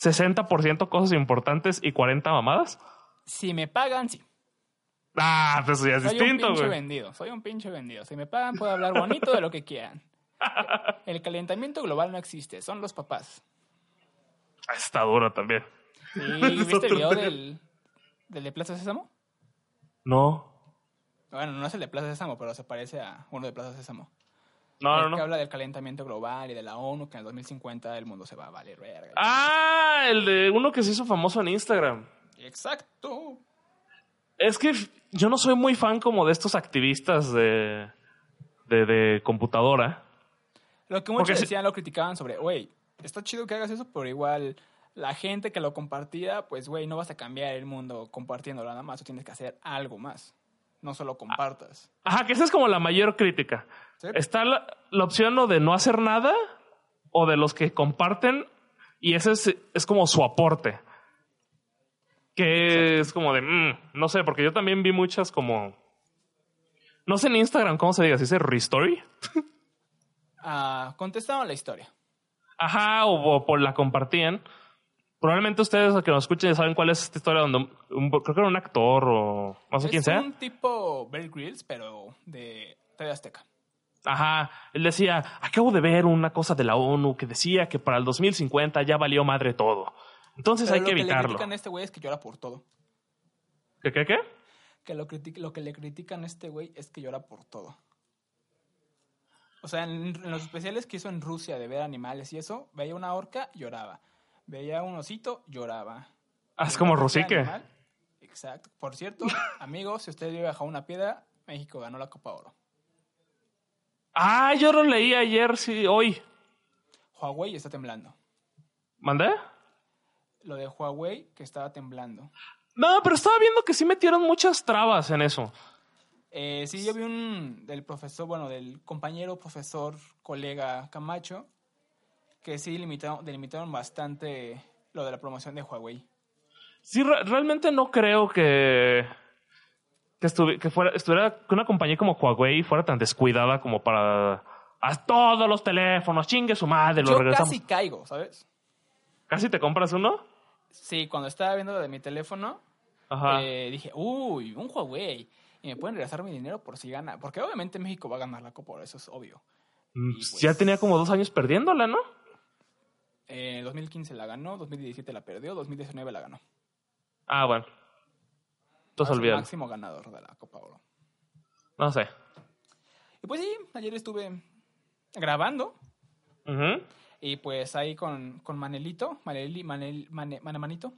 Speaker 2: 60% cosas importantes y 40 mamadas?
Speaker 1: Si me pagan, sí.
Speaker 2: Ah, pues eso ya es
Speaker 1: Soy
Speaker 2: distinto,
Speaker 1: un pinche
Speaker 2: güey.
Speaker 1: vendido. Soy un pinche vendido. Si me pagan, puedo hablar bonito de lo que quieran. El calentamiento global no existe, son los papás.
Speaker 2: Ah, Está duro también.
Speaker 1: Sí,
Speaker 2: Es
Speaker 1: ¿Viste el
Speaker 2: otro
Speaker 1: video
Speaker 2: tema.
Speaker 1: del, del de Plaza Sésamo?
Speaker 2: No.
Speaker 1: Bueno, no es el de Plaza Sésamo, pero se parece a uno de Plaza Sésamo.
Speaker 2: No,
Speaker 1: El
Speaker 2: Ah, no,
Speaker 1: que
Speaker 2: no.
Speaker 1: habla del calentamiento global y de la ONU, que en el 2050 el mundo se va a valer verga.
Speaker 2: Ah, el de uno que se hizo famoso en Instagram.
Speaker 1: Exacto.
Speaker 2: Es que f- yo no soy muy fan como de estos activistas de, de, de computadora.
Speaker 1: Lo que muchos
Speaker 2: Porque si-
Speaker 1: decían, lo criticaban sobre, güey, está chido que hagas eso, pero igual la gente que lo compartía, pues, güey, no vas a cambiar el mundo compartiéndolo nada
Speaker 2: Ah.
Speaker 1: más, tú tienes que hacer algo más. No solo compartas.
Speaker 2: Ajá, que esa es como la mayor crítica.
Speaker 1: Sí.
Speaker 2: Está la, la opción o de no hacer nada o de los que comparten y ese es, es como su aporte. Que es como de, mm, no sé, porque yo también vi muchas como... No sé en Instagram cómo se diga, ¿se dice Restory?
Speaker 1: Ah, contestaron la historia.
Speaker 2: Ajá, o, o por la compartían. Probablemente ustedes que nos escuchen ya saben cuál es esta historia donde un- creo que era un actor o no sé quién
Speaker 1: es
Speaker 2: sea.
Speaker 1: un tipo Bear Grylls, pero de TV Azteca.
Speaker 2: Ajá, él decía, acabo de ver una cosa de la ONU que decía que para el 2050 ya valió madre todo. Entonces
Speaker 1: Pero
Speaker 2: hay que
Speaker 1: lo que le
Speaker 2: evitarlo.
Speaker 1: critican a este güey es que llora por todo.
Speaker 2: ¿Qué, qué, qué?
Speaker 1: Que lo, critic- lo que le critican a este güey es que llora por todo. O sea, en, en los especiales que hizo en Rusia de ver animales y eso, veía una orca, lloraba. Veía un osito, lloraba.
Speaker 2: Ah, es como
Speaker 1: Veía cualquier
Speaker 2: Rosique.
Speaker 1: animal, Exacto. Por cierto, amigos, si usted vive bajo una piedra, México ganó la Copa Oro.
Speaker 2: Ah, yo lo leí ayer, sí, hoy.
Speaker 1: Huawei está temblando.
Speaker 2: ¿Mandé?
Speaker 1: Lo de Huawei que estaba temblando.
Speaker 2: No, pero estaba viendo que sí metieron muchas trabas en eso.
Speaker 1: Eh, sí, yo vi un del profesor, bueno, del compañero, profesor, colega Camacho, que sí limitaron, delimitaron bastante lo de la promoción de Huawei.
Speaker 2: Sí, re- realmente no creo que que, estuvi- que fuera, estuviera que una compañía como Huawei fuera tan descuidada como para haz todos los teléfonos, chingue su madre, lo
Speaker 1: Yo
Speaker 2: regresamos.
Speaker 1: casi caigo, ¿sabes?
Speaker 2: ¿Casi te compras uno.
Speaker 1: Sí, cuando estaba viendo lo de mi teléfono,
Speaker 2: Ajá.
Speaker 1: eh, dije, uy, un Huawei. Y me pueden regresar mi dinero por si gana. Porque obviamente México va a ganar la Copa, Oro, eso es obvio.
Speaker 2: Mm,
Speaker 1: y
Speaker 2: Ya
Speaker 1: pues-
Speaker 2: tenía como dos años perdiéndola, ¿no?
Speaker 1: Eh, 2015 la ganó, 2017 la perdió, 2019 la ganó.
Speaker 2: Ah, bueno.
Speaker 1: Es
Speaker 2: Entonces
Speaker 1: el
Speaker 2: olvídalo.
Speaker 1: máximo ganador de la Copa Oro.
Speaker 2: No sé.
Speaker 1: Y pues sí, ayer estuve grabando.
Speaker 2: Ujú.
Speaker 1: Y pues ahí con, con Manelito, Maneli, Manel, Mane- Manemanito,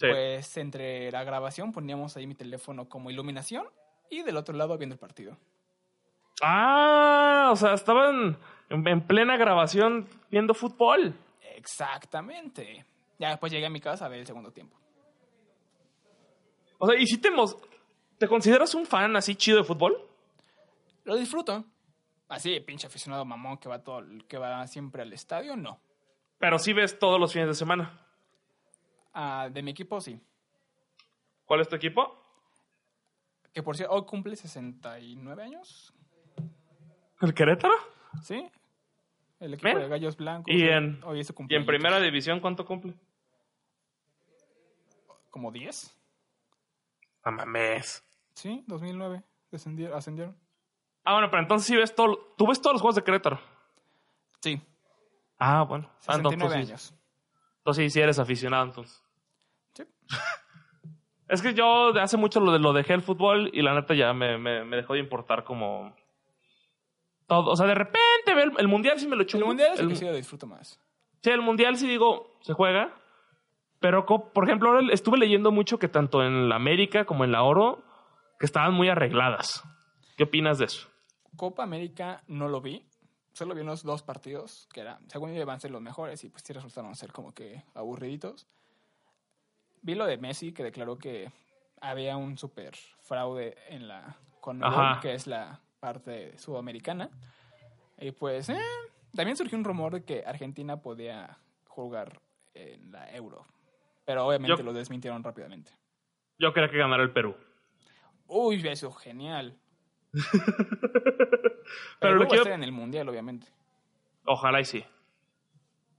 Speaker 2: Sí.
Speaker 1: pues entre la grabación poníamos ahí mi teléfono como iluminación y del otro lado viendo el partido.
Speaker 2: Ah, o sea, estaban en, en plena grabación viendo fútbol.
Speaker 1: Exactamente. Ya después llegué a mi casa a ver el segundo tiempo.
Speaker 2: O sea, ¿y si te, mos- te consideras un fan así chido de fútbol?
Speaker 1: Lo disfruto. Así, pinche aficionado mamón que va todo, que va siempre al estadio, no.
Speaker 2: Pero sí ves todos los fines de semana.
Speaker 1: Ah, de mi equipo, sí.
Speaker 2: ¿Cuál es tu equipo?
Speaker 1: Que por cierto, hoy cumple 69 años.
Speaker 2: ¿El Querétaro?
Speaker 1: ¿Sí? El equipo
Speaker 2: Mira.
Speaker 1: de Gallos Blancos.
Speaker 2: Y
Speaker 1: hoy-
Speaker 2: en-
Speaker 1: hoy es su
Speaker 2: ¿Y en
Speaker 1: cumpleaños.
Speaker 2: primera división cuánto cumple?
Speaker 1: Como 10.
Speaker 2: No mames.
Speaker 1: Sí, 2009. Descendieron, ascendieron.
Speaker 2: Ah, bueno, pero entonces sí ves todo. ¿Tú ves todos los juegos de Querétaro?
Speaker 1: Sí,
Speaker 2: Ah, bueno. Ah, no,
Speaker 1: 69
Speaker 2: entonces-
Speaker 1: años.
Speaker 2: Entonces sí eres aficionado, entonces.
Speaker 1: Sí.
Speaker 2: es que yo de hace mucho lo, de- lo dejé el fútbol y la neta ya me, me- me dejó de importar como... Todo. O sea, de repente veo el, el Mundial sí me lo
Speaker 1: El
Speaker 2: chungo.
Speaker 1: mundial es el
Speaker 2: El-
Speaker 1: que sí lo disfruto más.
Speaker 2: Sí, el Mundial sí digo, se juega. Pero, co- por ejemplo, ahora estuve leyendo mucho que tanto en la América como en la Oro, que estaban muy arregladas. ¿Qué opinas de eso?
Speaker 1: Copa América no lo vi. Solo vi unos dos partidos que eran, según yo, iban a ser los mejores y pues sí resultaron ser como que aburriditos. Vi lo de Messi que declaró que había un super fraude en la CONMEBOL,
Speaker 2: Ajá.
Speaker 1: que es la parte sudamericana. Y pues eh, también surgió un rumor de que Argentina podía jugar en la Euro. Pero obviamente
Speaker 2: Yo-
Speaker 1: lo desmintieron rápidamente.
Speaker 2: Yo quería que ganara el Perú.
Speaker 1: Uy, eso, genial.
Speaker 2: Pero
Speaker 1: Pero
Speaker 2: lo
Speaker 1: lo
Speaker 2: quiero-
Speaker 1: estar en el mundial, obviamente.
Speaker 2: Ojalá y sí.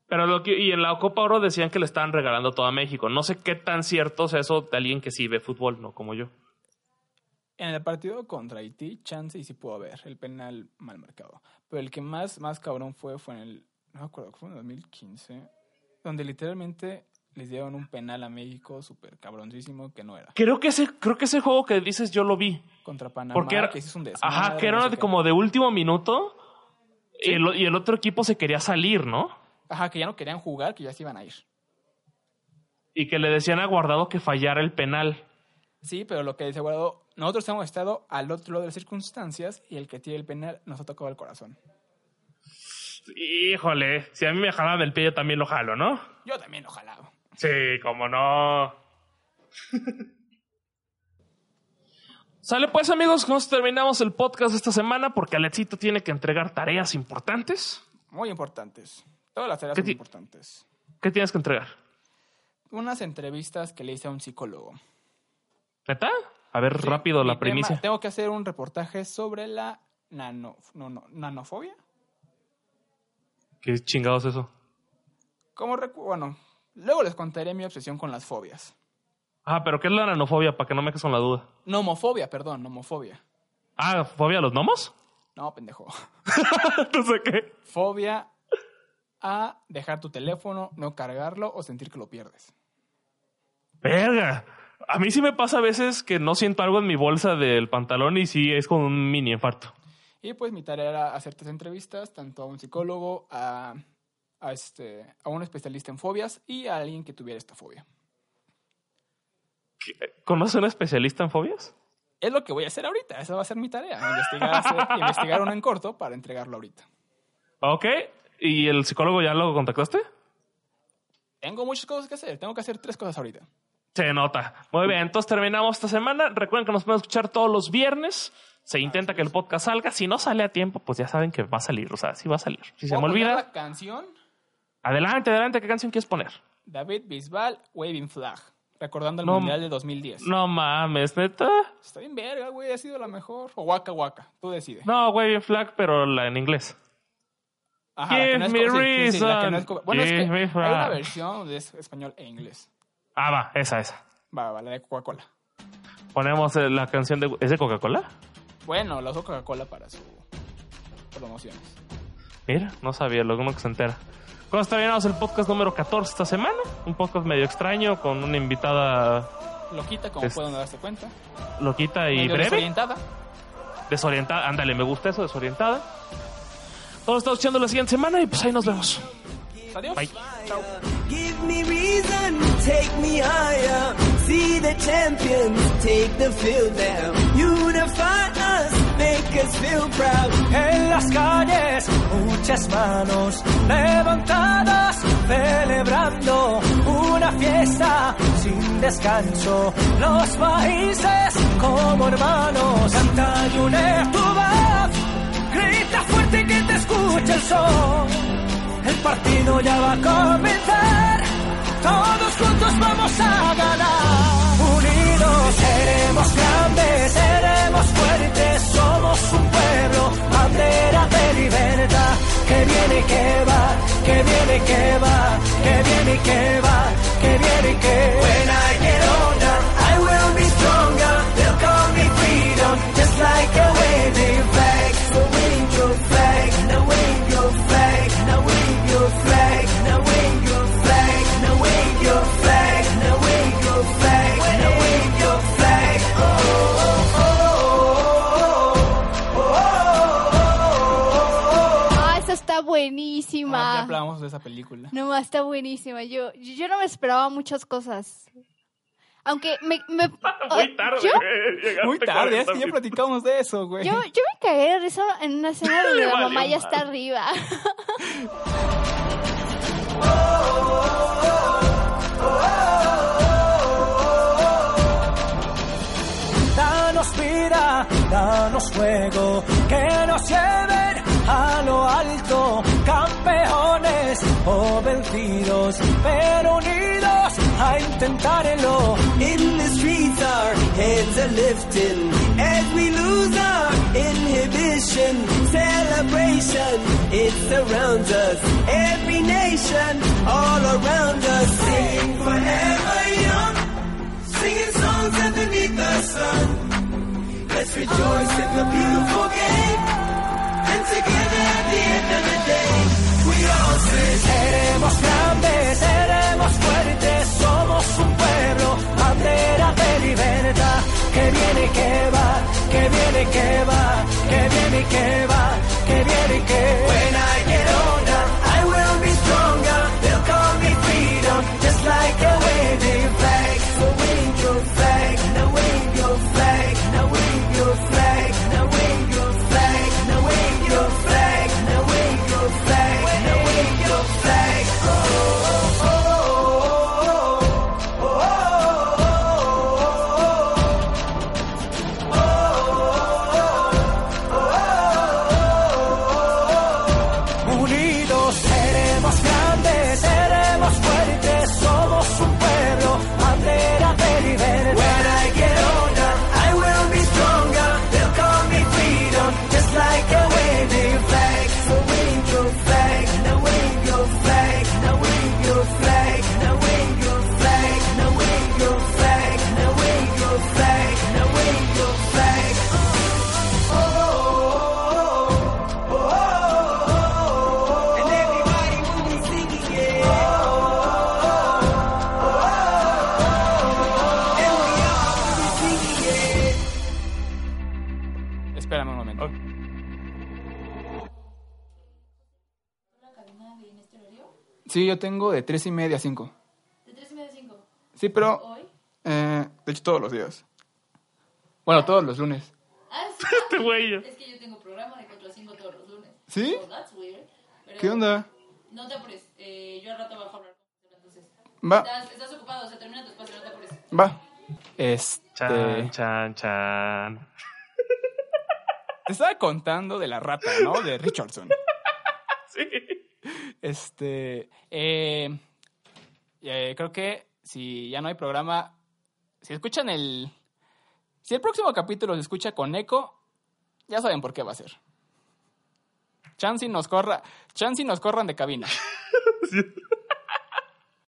Speaker 2: Pero lo que, y en la Copa Oro decían que le estaban regalando todo a México. No sé qué tan cierto es eso de alguien que sí ve fútbol, no como yo.
Speaker 1: En el partido contra Haití, chance y sí pudo haber el penal mal marcado. Pero el que más, más cabrón fue fue en el. No me acuerdo, fue en el 2015. Donde literalmente les dieron un penal a México súper cabroncísimo que no era.
Speaker 2: Creo que ese, creo que ese juego que dices yo lo vi.
Speaker 1: Contra Panamá,
Speaker 2: Porque era-
Speaker 1: que ese es un desmadre.
Speaker 2: Ajá, que
Speaker 1: no
Speaker 2: era
Speaker 1: sé
Speaker 2: de-
Speaker 1: qué.
Speaker 2: como de último minuto y, el, y el otro equipo se quería salir, ¿no?
Speaker 1: Ajá, que ya no querían jugar, que ya se iban a ir.
Speaker 2: Y que le decían a Guardado que fallara el penal.
Speaker 1: Sí, pero lo que dice Guardado, nosotros hemos estado al otro lado de las circunstancias y el que tira el penal nos ha tocado el corazón.
Speaker 2: Híjole, si a mí me jalan del pie, yo también lo jalo, ¿no?
Speaker 1: Yo también, ojalá.
Speaker 2: Sí, como no. Sale pues amigos, nos terminamos el podcast esta semana porque Alexito tiene que entregar tareas importantes.
Speaker 1: Muy importantes. Todas las tareas
Speaker 2: ¿Qué
Speaker 1: son
Speaker 2: ti-
Speaker 1: importantes.
Speaker 2: ¿Qué tienes que entregar?
Speaker 1: Unas entrevistas que le hice a un psicólogo.
Speaker 2: ¿Neta? A ver,
Speaker 1: Sí,
Speaker 2: rápido
Speaker 1: mi
Speaker 2: la
Speaker 1: tema-
Speaker 2: primicia.
Speaker 1: tengo que hacer un reportaje sobre la nano, no, no, nanofobia.
Speaker 2: ¿Qué chingados es eso?
Speaker 1: Como recu- bueno, luego les contaré mi obsesión con las fobias.
Speaker 2: Ah, pero ¿qué es la nanofobia? Para que no me quedes con la duda.
Speaker 1: Nomofobia, perdón, nomofobia.
Speaker 2: Ah, ¿fobia a los gnomos?
Speaker 1: No, pendejo.
Speaker 2: no sé qué.
Speaker 1: Fobia a dejar tu teléfono, no cargarlo o sentir que lo pierdes.
Speaker 2: Verga. A mí sí me pasa a veces que no siento algo en mi bolsa del pantalón y sí es como un mini infarto.
Speaker 1: Y pues mi tarea era hacer tres entrevistas, tanto a un psicólogo, a, a este, a un especialista en fobias y a alguien que tuviera esta fobia.
Speaker 2: ¿Conoces a un especialista en fobias?
Speaker 1: Es lo que voy a hacer ahorita, esa va a ser mi tarea, investigar, hacer- investigar uno en corto para entregarlo ahorita.
Speaker 2: Ok. ¿Y el psicólogo ya lo contactaste?
Speaker 1: Tengo muchas cosas que hacer, tengo que hacer tres cosas ahorita.
Speaker 2: Se nota. Muy bien, entonces terminamos esta semana. Recuerden que nos pueden escuchar todos los viernes. Se intenta que el podcast salga. Si no sale a tiempo, pues ya saben que va a salir. O sea, sí va a salir. Si se
Speaker 1: ¿Puedo
Speaker 2: me
Speaker 1: poner
Speaker 2: olvida,
Speaker 1: La canción
Speaker 2: adelante, adelante. ¿Qué canción quieres poner?
Speaker 1: David Bisbal, Waving Flag, recordando el
Speaker 2: No.
Speaker 1: Mundial de 2010.
Speaker 2: No mames, neta.
Speaker 1: Está bien verga, güey, ha sido la mejor. O Waka Waka, tú decides.
Speaker 2: No, güey, bien flag, pero la en inglés.
Speaker 1: Ajá, la que no es
Speaker 2: Give
Speaker 1: co-
Speaker 2: me
Speaker 1: sí, sí, sí, la que no es
Speaker 2: reason.
Speaker 1: co- Bueno, es
Speaker 2: Give me
Speaker 1: que hay una
Speaker 2: flag.
Speaker 1: versión de es- español e inglés.
Speaker 2: Ah, va, esa, esa.
Speaker 1: Va, va, va, la de Coca-Cola.
Speaker 2: Ponemos eh, la canción de... ¿Es de Coca-Cola?
Speaker 1: Bueno, la usó Coca-Cola para su promociones.
Speaker 2: Mira, no sabía, lo uno que se entera. Con esto terminamos el podcast número 14 esta semana. Un podcast medio extraño con una invitada
Speaker 1: Lo quita, como
Speaker 2: Es-
Speaker 1: pueden darse cuenta.
Speaker 2: loquita y
Speaker 1: Medio
Speaker 2: breve.
Speaker 1: desorientada.
Speaker 2: Desorientada, ándale, me gusta eso, desorientada. Todos estamos escuchando la siguiente semana y pues ahí nos vemos.
Speaker 1: Adiós.
Speaker 2: Bye.
Speaker 1: Chao.
Speaker 9: Give me reason, take me higher. See the champions take the field now. Unify us, make us feel proud. En las calles, muchas manos levantadas, celebrando una fiesta sin descanso. Los países como hermanos, canta y une tu voz. Grita fuerte que te escuche el sol. El partido ya va a comenzar. Todos juntos vamos a ganar. Unidos seremos grandes, seremos fuertes, somos un pueblo, bandera de libertad. Que viene y que va, que viene y que va, que viene y que va, que viene y que va. When I get older, I will be stronger. They'll call me freedom, just like a waving flag. So wave your flag, now wave your flag, now wave your flag, now wave your flag, now wave your flag, now wave your flag, now wave your flag. Oh, oh, oh, oh, oh, oh, oh.
Speaker 8: Ah, esa está
Speaker 1: Ah, ya
Speaker 8: buenísima.
Speaker 1: hablamos de esa película.
Speaker 8: No, está buenísima. Yo, yo yo no me esperaba muchas cosas. Aunque me... me-
Speaker 2: Muy tarde,
Speaker 8: Yo,
Speaker 2: güey, llegaste
Speaker 1: Muy tarde, ¿eh? es que
Speaker 2: 40
Speaker 1: ya
Speaker 2: minutos.
Speaker 1: platicamos de eso, güey.
Speaker 8: yo, yo me cagué de risa en una escena donde
Speaker 2: Le
Speaker 8: la
Speaker 2: valió
Speaker 8: mamá ya está
Speaker 2: madre.
Speaker 8: arriba.
Speaker 9: Danos vida, danos fuego, que nos lleven a lo alto, campeones o vencidos, pero unidos a intentarlo. In the streets our heads are lifting, as we lose our inhibition, celebration, it surrounds us, every nation, all around us, singing forever young singing songs underneath the sun. Let's rejoice in the beautiful game. And together at the end of the day, we all say, Seremos grandes, seremos fuertes, somos un pueblo, bandera de libertad. Que viene y que va, que viene y que va, que viene y que va, que viene y que va. When I get older, I will be stronger. They'll call me freedom, just like a waving flag. So wave your flag, now wave your flag, now wave your flag, now wave your flag, now wave your flag, now wave your flag, now wave your flag. Oh, oh, oh. oh,
Speaker 1: Sí, yo tengo de tres y media a cinco. ¿De tres y media a cinco? Sí, pero... eh, de hecho, todos los días. Bueno, todos los lunes.
Speaker 2: Este güey. yo.
Speaker 1: ¿Sí? ¿Qué onda?
Speaker 10: No te apures, eh, yo al rato bajo a hablar contigo, entonces.
Speaker 1: Va,
Speaker 10: Estás, estás ocupado, o sea, termina tu espacio, no te apures.
Speaker 1: va. Este...
Speaker 2: Chan, chan, chan.
Speaker 1: Te estaba contando de la rata, ¿no? De Richardson. sí. Este. eh, eh, creo que si ya no hay programa. Si escuchan el. Si el próximo capítulo se escucha con eco, ya saben por qué va a ser. Chancy nos corra. Chancy nos corran de cabina.